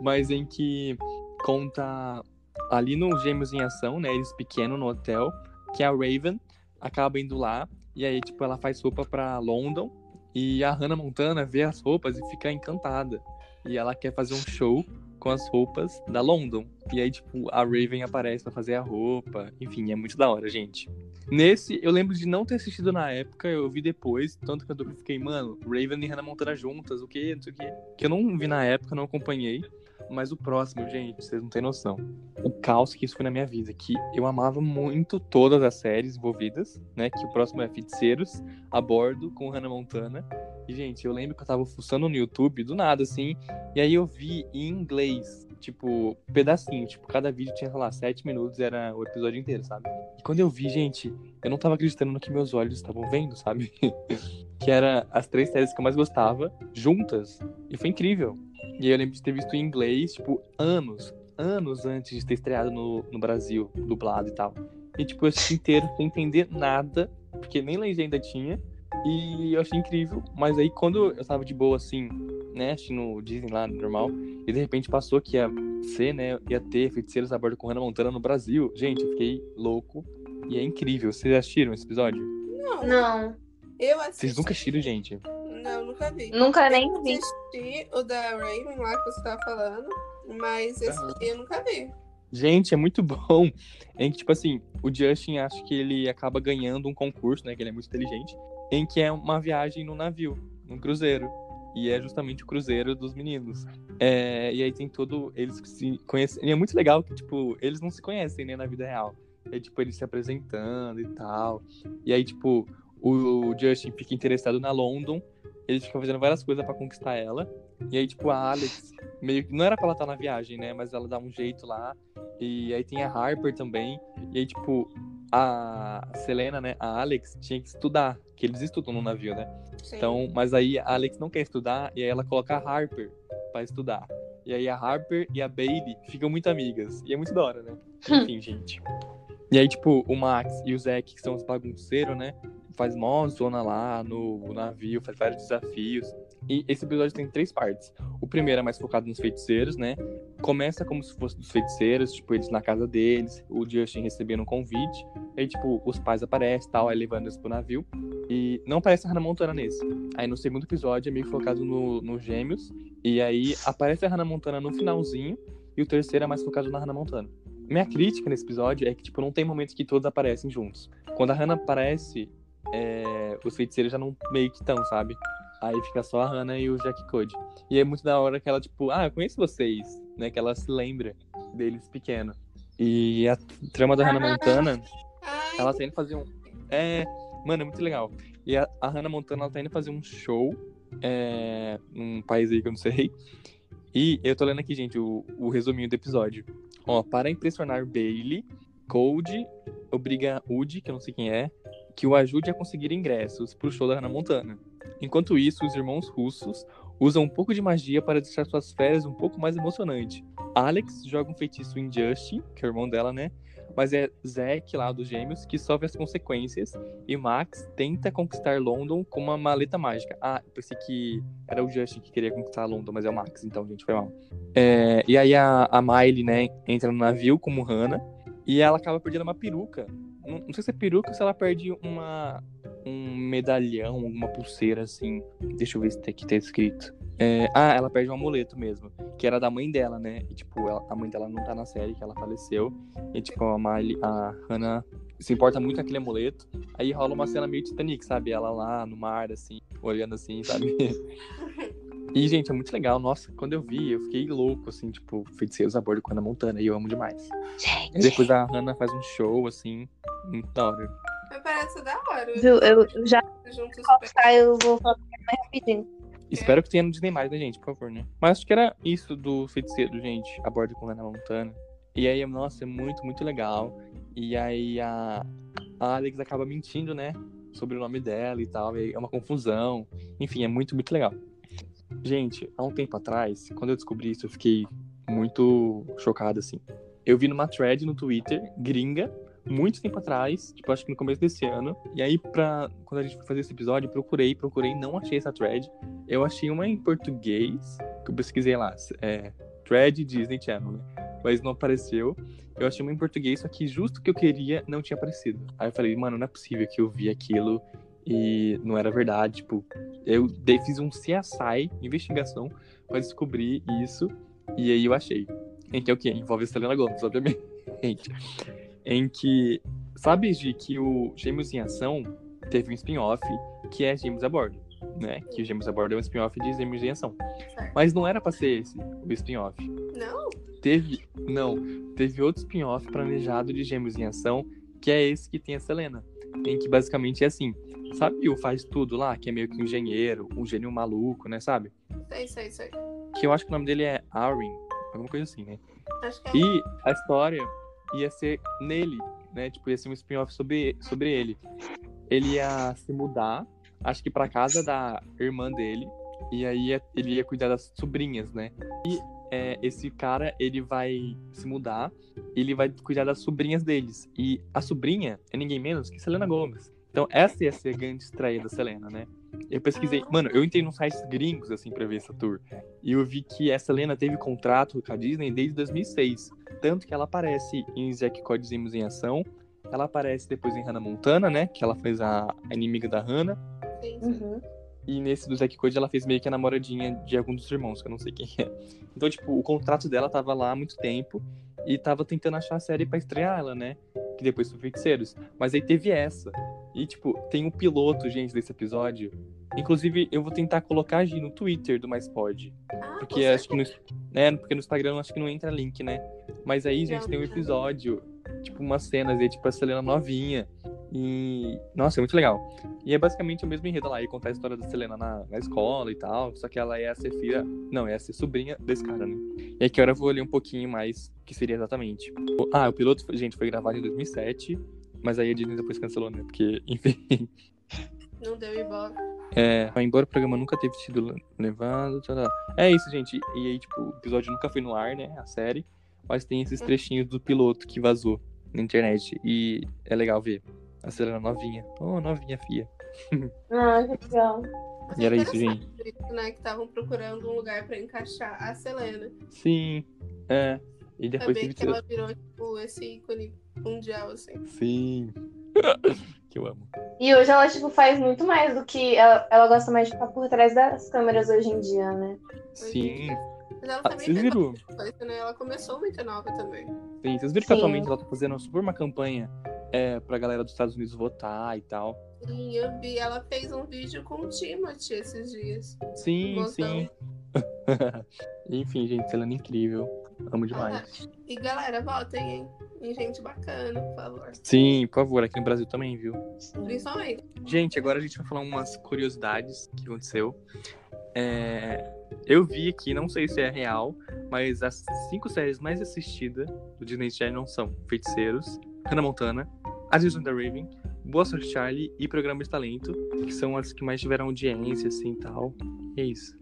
Mas em que conta ali no Gêmeos em Ação, né? Eles pequenos no hotel que a Raven acaba indo lá e aí tipo ela faz roupa pra London e a Hannah Montana vê as roupas e fica encantada e ela quer fazer um show com as roupas da London e aí tipo a Raven aparece pra fazer a roupa enfim é muito da hora gente nesse eu lembro de não ter assistido na época eu vi depois tanto que eu fiquei mano Raven e Hannah Montana juntas o que não sei o que que eu não vi na época não acompanhei mas o próximo, gente, vocês não têm noção. O caos que isso foi na minha vida. Que eu amava muito todas as séries envolvidas, né? Que o próximo é Feiticeiros, a bordo com Hannah Montana. E, gente, eu lembro que eu tava fuçando no YouTube, do nada, assim. E aí eu vi em inglês, tipo, pedacinho. Tipo, cada vídeo tinha, sei lá, sete minutos, era o episódio inteiro, sabe? E quando eu vi, gente, eu não tava acreditando no que meus olhos estavam vendo, sabe? que era as três séries que eu mais gostava, juntas. E foi incrível. E aí eu lembro de ter visto em inglês, tipo, anos, anos antes de ter estreado no, no Brasil, dublado e tal. E, tipo, eu assisti inteiro sem entender nada, porque nem legenda tinha. E eu achei incrível, mas aí quando eu tava de boa, assim, né, assistindo o Disney lá, normal, e de repente passou que ia ser, né, ia ter Feiticeiros a Bordo com Hannah Montana no Brasil. Gente, eu fiquei louco. E é incrível. Vocês assistiram esse episódio? Não, Não, eu assisti. Vocês nunca assistiram, gente? Não, nunca vi. nunca nem Eu vi. assisti o da Raven lá que você tava falando, mas esse Aham. eu nunca vi. Gente, é muito bom. Em que, tipo assim, o Justin acho que ele acaba ganhando um concurso, né? Que ele é muito inteligente. Em que é uma viagem no navio, num cruzeiro. E é justamente o cruzeiro dos meninos. É, e aí tem todo. Eles que se conhecem. E é muito legal que, tipo, eles não se conhecem, né, na vida real. É tipo, eles se apresentando e tal. E aí, tipo, o Justin fica interessado na London. Eles ficam fazendo várias coisas pra conquistar ela. E aí, tipo, a Alex, meio que. Não era pra ela estar na viagem, né? Mas ela dá um jeito lá. E aí tem a Harper também. E aí, tipo, a Selena, né? A Alex tinha que estudar. Que eles estudam no navio, né? Sim. Então, mas aí a Alex não quer estudar. E aí ela coloca a Harper pra estudar. E aí a Harper e a Bailey ficam muito amigas. E é muito da hora, né? Enfim, gente. E aí, tipo, o Max e o Zack, que são os bagunceiros, né? Faz mó zona lá no navio, faz vários desafios. E esse episódio tem três partes. O primeiro é mais focado nos feiticeiros, né? Começa como se fosse dos feiticeiros, tipo, eles na casa deles, o Justin recebendo um convite. Aí, tipo, os pais aparecem e tal, aí levando eles pro navio. E não aparece a Hannah Montana nesse. Aí no segundo episódio é meio focado no- nos gêmeos. E aí aparece a Hannah Montana no finalzinho. E o terceiro é mais focado na Hannah Montana. Minha crítica nesse episódio é que, tipo, não tem momentos que todos aparecem juntos. Quando a Hannah aparece, é, os feiticeiros já não meio que estão, sabe? Aí fica só a Hannah e o Jack Code. E é muito da hora que ela, tipo, ah, eu conheço vocês, né? Que ela se lembra deles pequeno. E a trama da Hannah Montana, Ai, ela tá indo fazer um. É. Mano, é muito legal. E a, a Hannah Montana, ela tá indo fazer um show é, num país aí que eu não sei. E eu tô lendo aqui, gente, o, o resuminho do episódio. Ó, para impressionar Bailey, Cold obriga Woody, que eu não sei quem é, que o ajude a conseguir ingressos pro show da Hannah Montana. Enquanto isso, os irmãos russos usam um pouco de magia para deixar suas férias um pouco mais emocionante. Alex joga um feitiço em Justin, que é o irmão dela, né? Mas é Zack lá dos gêmeos que sofre as consequências e Max tenta conquistar London com uma maleta mágica. Ah, eu pensei que era o Justin que queria conquistar London, mas é o Max, então, gente, foi mal. É, e aí a, a Miley, né, entra no navio como Hannah e ela acaba perdendo uma peruca. Não, não sei se é peruca ou se ela perde uma, um medalhão, alguma pulseira assim. Deixa eu ver se tem aqui tá escrito. É, ah, ela perde um amuleto mesmo, que era da mãe dela, né? E, tipo, ela- a mãe dela não tá na série, que ela faleceu. E, tipo, a, Miley, a Hannah se importa muito com aquele amuleto. Aí rola uma cena meio Titanic, sabe? Ela lá no mar, assim, olhando assim, sabe? E, gente, é muito legal. Nossa, quando eu vi, eu fiquei louco, assim, tipo, feiticeiros a bordo com a Hannah Montana. E eu amo demais. E depois a Hannah faz um show, assim, muito da hora. Mas parece da hora. Viu? Eu já Juntos tá, eu vou falar mais rapidinho. Espero que tenha no Disney mais, né, gente? Por favor, né? Mas acho que era isso do feiticeiro, gente, a bordo com Hannah Montana. E aí, nossa, é muito, muito legal. E aí a, a Alex acaba mentindo, né? Sobre o nome dela e tal. e é uma confusão. Enfim, é muito, muito legal. Gente, há um tempo atrás, quando eu descobri isso, eu fiquei muito chocado, assim. Eu vi numa thread no Twitter, gringa, muito tempo atrás, tipo, acho que no começo desse ano. E aí, pra, quando a gente foi fazer esse episódio, procurei, procurei, não achei essa thread. Eu achei uma em português, que eu pesquisei lá, é, Thread Disney Channel, né? Mas não apareceu. Eu achei uma em português, só que justo o que eu queria não tinha aparecido. Aí eu falei, mano, não é possível que eu vi aquilo e não era verdade. Tipo, eu dei- fiz um CSI, investigação, pra descobrir isso. E aí eu achei. Em que é o quê? Envolve a Selena Gomes, obviamente. em que, sabe, Gi, que o Gêmeos em Ação teve um spin-off que é Gêmeos a Bordo né? Que o Gêmeos a Bordo é um spin-off de Gêmeos em Ação. Certo. Mas não era pra ser esse o spin-off. Não? Teve. Não, teve outro spin-off planejado de Gêmeos em Ação, que é esse que tem a Selena. Em que basicamente é assim. Sabe o Faz Tudo lá, que é meio que um engenheiro, um gênio maluco, né? Sabe? Sei, sei, sei. Que eu acho que o nome dele é Arwin, alguma coisa assim, né? Acho que é. E a história ia ser nele, né? Tipo, ia ser um spin-off sobre, sobre ele. Ele ia se mudar, acho que pra casa da irmã dele. E aí ia- ele ia cuidar das sobrinhas, né? E é, esse cara, ele vai se mudar, ele vai cuidar das sobrinhas deles. E a sobrinha é ninguém menos que Selena Gomes. Então essa ia ser a grande estreia da Selena, né? Eu pesquisei, mano, eu entrei nos sites gringos, assim, pra ver essa tour. E eu vi que essa Lena teve contrato com a Disney desde 2006. Tanto que ela aparece em Zack Cody Zemos em Ação. Ela aparece depois em Hannah Montana, né? Que ela fez a a inimiga da Hannah. Sim, sim. Uhum. E nesse do Zack Cody ela fez meio que a namoradinha de algum dos irmãos, que eu não sei quem é. Então, tipo, o contrato dela tava lá há muito tempo. E tava tentando achar a série pra estrear ela, né? Que depois foi Feiticeiros. Mas aí teve essa. E, tipo, tem um piloto, gente, desse episódio. Inclusive, eu vou tentar colocar Gi, no Twitter do Mais Pod. Ah, Porque com acho que no, né, porque no Instagram acho que não entra link, né? Mas aí, gente, Não, tem um não. episódio, tipo, umas cenas, e é tipo a Selena novinha. E. Nossa, é muito legal. E é basicamente o mesmo enredo lá, e contar a história da Selena na, na escola e tal. Só que ela é a ser filha. Não, é a ser sobrinha desse cara, né? E aqui agora eu vou ler um pouquinho mais o que seria exatamente. O- Ah, o piloto, foi- gente, foi gravado em 2007, mas aí a Disney depois cancelou, né? Porque, enfim. Não deu ibope. É, vai embora o programa nunca teve sido levado. tá, tá. É isso, gente. E aí, tipo, o episódio nunca foi no ar, né? A série. Mas tem Hum. esses trechinhos do piloto que vazou na internet. E é legal ver. A Selena novinha. Oh, novinha, fia. Ah, que legal. E era isso, gente. Isso, né, que estavam procurando um lugar pra encaixar a Selena. Sim. É. E depois Saber teve. que ela virou, tipo, esse ícone mundial, assim. Sim. que eu amo. E hoje ela, tipo, faz muito mais do que. Ela, ela gosta mais de ficar por trás das câmeras hoje em dia, né? Sim. Mas ela Ah, também Vocês fez viram? outra coisa, né? Ela começou muito nova também. Sim, vocês viram que Sim. atualmente ela tá fazendo super uma campanha é, pra galera dos Estados Unidos votar e tal. Sim, eu vi. Ela fez um vídeo com o Timothy esses dias. Sim, Mozão. sim. Enfim, gente, Selena é incrível. Amo demais. E galera, votem, hein? Em gente bacana, por favor. Sim, por favor, aqui no Brasil também, viu? Principalmente. Gente, agora a gente vai falar umas curiosidades que aconteceu. É, Eu vi aqui, não sei se é real, mas as cinco séries mais assistidas do Disney Channel são Feiticeiros, Hannah Montana, As Visões da Raven, Boa Sorte Charlie e Programa de Talento, que são as que mais tiveram audiência, assim, e tal. E é isso.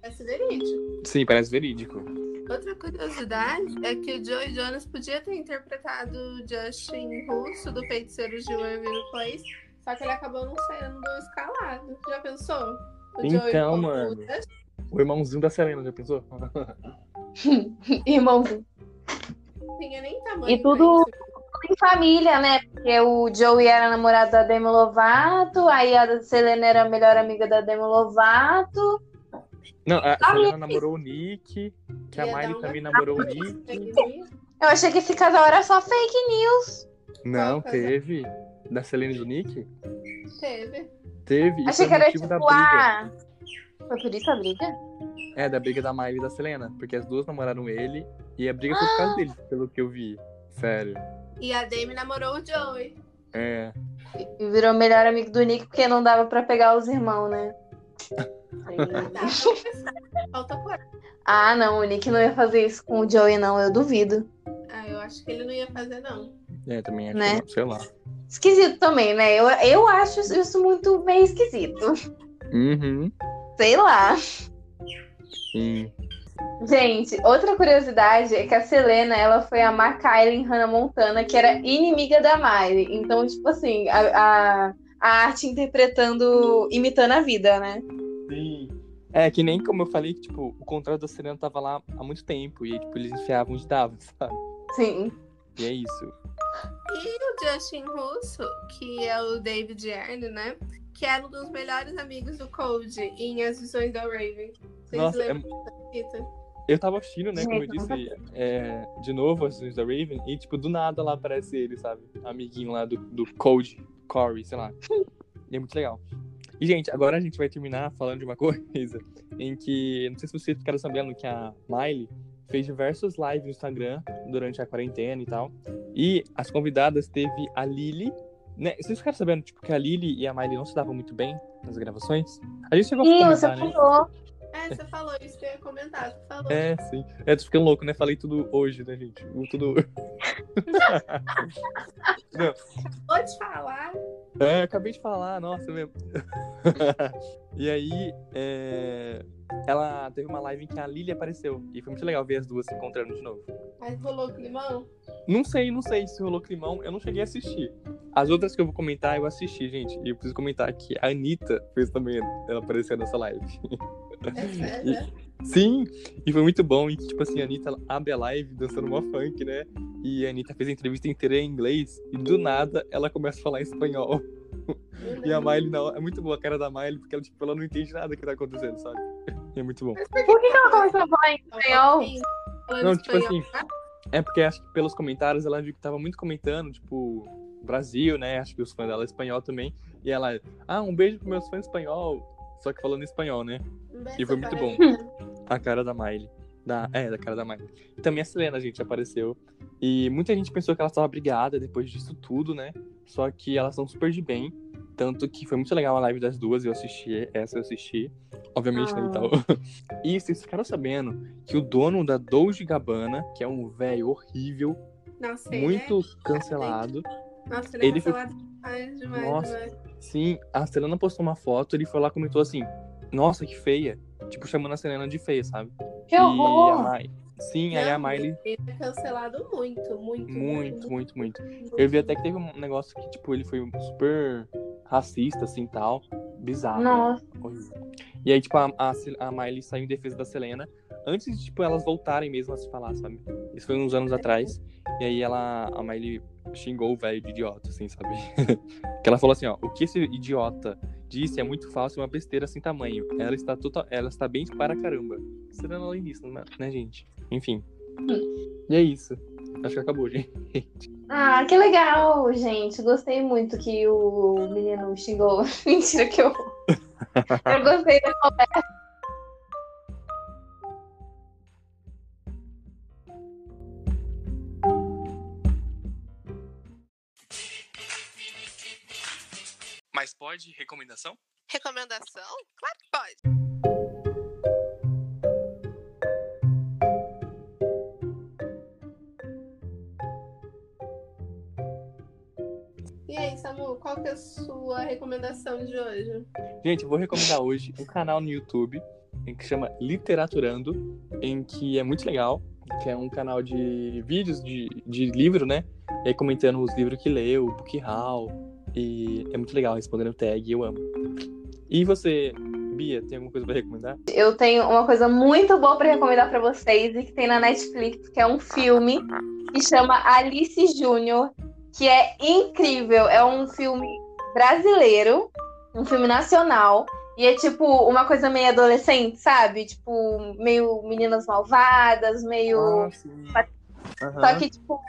Parece verídico. Sim, parece verídico. Outra curiosidade é que o Joey Jonas podia ter interpretado o Justin Russo do Feiticeiro de Waverly Place, só que ele acabou não saindo do escalado. Já pensou? O Joey Então, como o mano. Justin? O irmãozinho da Selena, já pensou? Irmãozinho. Não tinha nem tamanho. E tudo- pra isso. em família, né? Porque o Joey era namorado da Demi Lovato, aí a Selena era a melhor amiga da Demi Lovato. Não, a Ah, Selena é. namorou o Nick, que a Ia dar Miley uma também namorou o Nick. Nick. Eu achei que esse casal era só fake news. Não, Qual teve. Da Selena e do Nick? Teve. Teve. E achei foi que era motivo tipo, da briga. ah. Foi por isso a briga? É, da briga da Miley e da Selena. Porque as duas namoraram ele e a briga foi por causa dele, pelo que eu vi. Sério. E a Demi namorou o Joey. É. E virou melhor amigo do Nick porque não dava pra pegar os irmãos, né? Tá, vamos pensar. Falta coragem. ah, não, o Nick não ia fazer isso com o Joey, não, eu duvido. Ah, eu acho que ele não ia fazer, não. É, também acho Né? que, sei lá. Esquisito também, né? Eu, eu acho isso muito meio esquisito. Uhum. Sei lá. Sim. Gente, outra curiosidade é que a Selena, ela foi amar Kylie em Hannah Montana, que era inimiga da Miley. Então, tipo assim, a, a, a arte interpretando, imitando a vida, né? Sim. É, que nem como eu falei, que, tipo, o contrato da Selena tava lá há muito tempo. E, tipo, eles enfiavam onde dava, sabe? Sim. E é isso. E o Justin Russo, que é o David Arne, né? Que era um dos melhores amigos do Cold em As Visões da Raven. Vocês Nossa, é, lembram da fita? Eu tava assistindo, né? Como eu Gente, eu disse, é, de novo as Sons da Raven, e tipo, do nada lá aparece ele, sabe? Amiguinho lá do, do Cold Corey, sei lá. E é muito legal. E, gente, agora a gente vai terminar falando de uma coisa em que, não sei se vocês ficaram sabendo que a Miley fez diversos lives no Instagram durante a quarentena e tal. E as convidadas teve a Lily, né? Vocês ficaram sabendo, tipo, que a Lily e a Miley não se davam muito bem nas gravações? A gente chegou a Ih, comentar, você né? falou. É, você falou isso que eu ia comentar. Você falou. É, sim. É, tô ficando louco, né? Falei tudo hoje, né, gente? O Tudo... Vou te falar. É, eu acabei de falar, nossa mesmo. e aí, é, ela teve uma live em que a Lily apareceu. E foi muito legal ver as duas se encontrando de novo. Mas rolou com limão? Não sei, não sei se rolou climão, eu não cheguei a assistir. As outras que eu vou comentar, eu assisti, gente. E eu preciso comentar que a Anitta fez também ela aparecer nessa live. É sério, né? Sim, e foi muito bom. E, tipo assim, a Anitta abre a live dançando uma funk, né? E a Anitta fez a entrevista inteira em inglês. E do nada, ela começa a falar espanhol. Meu E a Deus. Miley, não, é muito boa a cara da Miley, porque ela, tipo, ela não entende nada que tá acontecendo, sabe? E é muito bom. Por que, que ela começou a falar em espanhol? Falando Não, tipo um espanhol. assim, É porque acho que pelos comentários ela viu que tava muito comentando, tipo, Brasil, né? Acho que os fãs dela é espanhol também. E ela, ah, um beijo pros meus fãs espanhol. Só que falando espanhol, né? Um e foi muito bom. A cara da Miley. Da, é, da cara da Miley. E também a Selena, gente, apareceu. E muita gente pensou que ela estava brigada depois disso tudo, né? Só que elas são super de bem. Tanto que foi muito legal a live das duas, eu assisti, essa eu assisti. Obviamente, Ah. né, e tal. E vocês ficaram sabendo que o dono da Dolce Gabbana, que é um velho horrível, Nossa, muito cancelado. Ele, Nossa, ele, ele é foi- cancelado demais, demais, Nossa. demais. Sim, a Selena postou uma foto, ele foi lá e comentou assim, nossa, que feia. Tipo, chamando a Selena de feia, sabe? Que E horror! a Miley... Sim, aí a Não, Miley Ele é cancelado muito, muito. Muito, muito, muito. Eu vi até que teve um negócio que, tipo, ele foi super racista, assim, tal. Bizarro. né? Nossa. Horrível. E aí, tipo, a, a, Sel- a Miley saiu em defesa da Selena antes de, tipo, elas voltarem mesmo a se falar, sabe? Isso foi uns anos atrás. E aí ela, a Miley xingou o velho de idiota, assim, sabe? que ela falou assim, ó, o que esse idiota disse é muito fácil, é uma besteira sem tamanho. Ela está total, ela está bem para caramba. Selena além disso, né, gente? Enfim. E é isso. Acho que acabou, gente. Ah, que legal, gente. Gostei muito que o menino xingou. Mentira, que eu. Eu gostei da conversa. Mas pode recomendação? Recomendação? Claro que pode. E aí, Samu, qual que é a sua recomendação de hoje? Gente, eu vou recomendar hoje um canal no YouTube em que chama Literaturando, em que é muito legal, que é um canal de vídeos de, de livro, né? E aí comentando os livros que leu, book haul, e é muito legal respondendo tag, eu amo. E você, Bia, tem alguma coisa pra recomendar? Eu tenho uma coisa muito boa pra recomendar pra vocês e que tem na Netflix, que é um filme que chama Alice Júnior. que é incrível. É um filme brasileiro, um filme nacional. E é tipo uma coisa meio adolescente, sabe? Tipo, meio meninas malvadas, meio. Ah, sim. Tá Só Aham. que, tipo,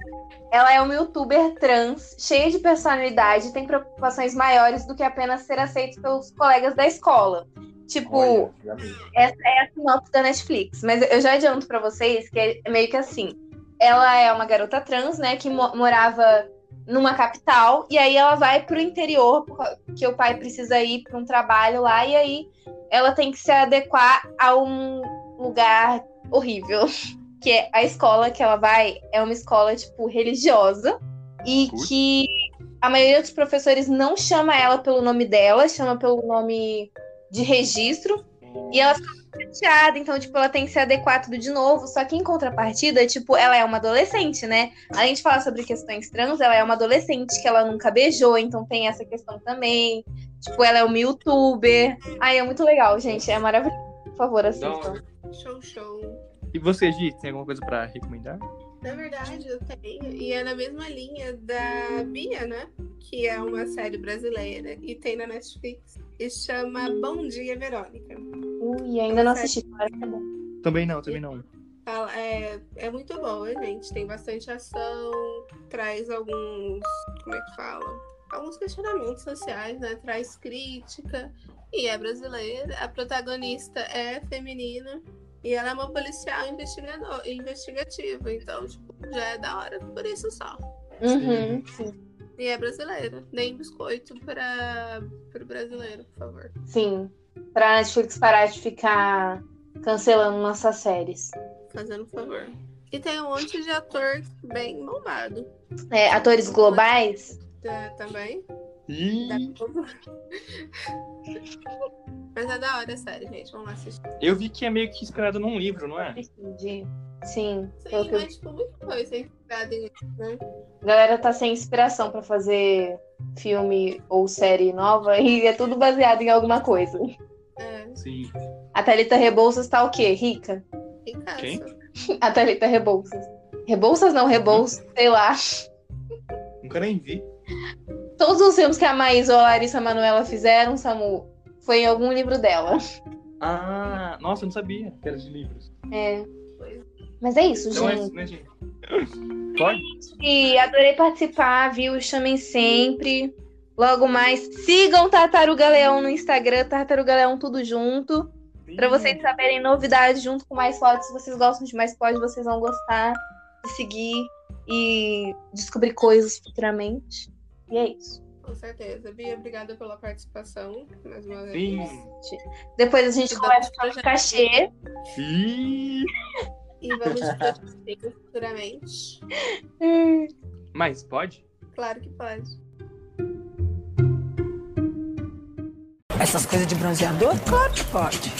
ela é uma youtuber trans, cheia de personalidade, tem preocupações maiores do que apenas ser aceito pelos colegas da escola. Tipo, Olha, já amei. é a sinopse da Netflix. Mas eu já adianto pra vocês que é meio que assim. Ela é uma garota trans, né, que mo- morava numa capital e aí ela vai pro interior porque o pai precisa ir pra um trabalho lá e aí ela tem que se adequar a um lugar horrível, que é a escola que ela vai é uma escola tipo religiosa e Putz. que a maioria dos professores não chama ela pelo nome dela, chama pelo nome de registro e ela fica muito chateada, então, tipo, ela tem que se adequar a tudo de novo. Só que em contrapartida, tipo, ela é uma adolescente, né? Além de falar sobre questões trans, ela é uma adolescente que ela nunca beijou, então tem essa questão também. Tipo, ela é uma youtuber. Ai, é muito legal, gente. É maravilhoso. Por favor, assistam. Show, show. E você, Gi, tem alguma coisa pra recomendar? Na verdade, eu tenho. E é na mesma linha da Bia, né? Que é uma série brasileira e tem na Netflix. E chama Bom Dia, Verônica. Ui, ainda não assisti. Claro que é bom. Também não, também não. Fala- É, é muito boa, gente. Tem bastante ação, traz alguns. Como é que fala? Alguns questionamentos sociais, né? Traz crítica. E é brasileira. A protagonista é feminina. E ela é uma policial investigador, investigativa. Então, tipo, já é da hora por isso só. Uhum. E é brasileira. Nem biscoito para o brasileiro, por favor. Sim. Pra Netflix parar de ficar cancelando nossas séries. Fazendo favor. E tem um monte de ator bem bombado É, atores globais? tá, também. Ih, Da Uhum. Globo. Mas é da hora, sério, gente. Vamos lá assistir. eu vi que é meio que inspirado num livro, não é? Entendi. Sim, Sim. pelo É que eu mas tipo, muita coisa é inspirada em A galera tá sem inspiração pra fazer filme ou série nova e é tudo baseado em alguma coisa. é, Sim. A Thalita Rebouças tá o quê? Rica? Picasso. Quem? A Thalita Rebouças. Rebouças não, Rebouças, Uhum. sei lá. Nunca nem vi. Todos os filmes que a Maísa ou a Larissa Manoela fizeram, Samu, foi em algum livro dela. Ah, nossa, eu não sabia que era de livros. É. Mas é isso, Então é gente. isso, né, gente? Pode? E adorei participar, viu? Chamem sempre. Logo mais, sigam Tartaruga Leão no Instagram, Tartaruga Leão tudo junto. Pra vocês saberem novidades junto com mais fotos. Se vocês gostam de mais pod, vocês vão gostar de seguir e descobrir coisas futuramente. E é isso. Com certeza. Bia, obrigada pela participação. Mais uma vez. Sim. Depois a gente Tudo conversa bem, sobre gente? cachê. Ih, E vamos ver futuramente. Hum. Mas pode? Claro que pode. Essas coisas de bronzeador? Claro que pode.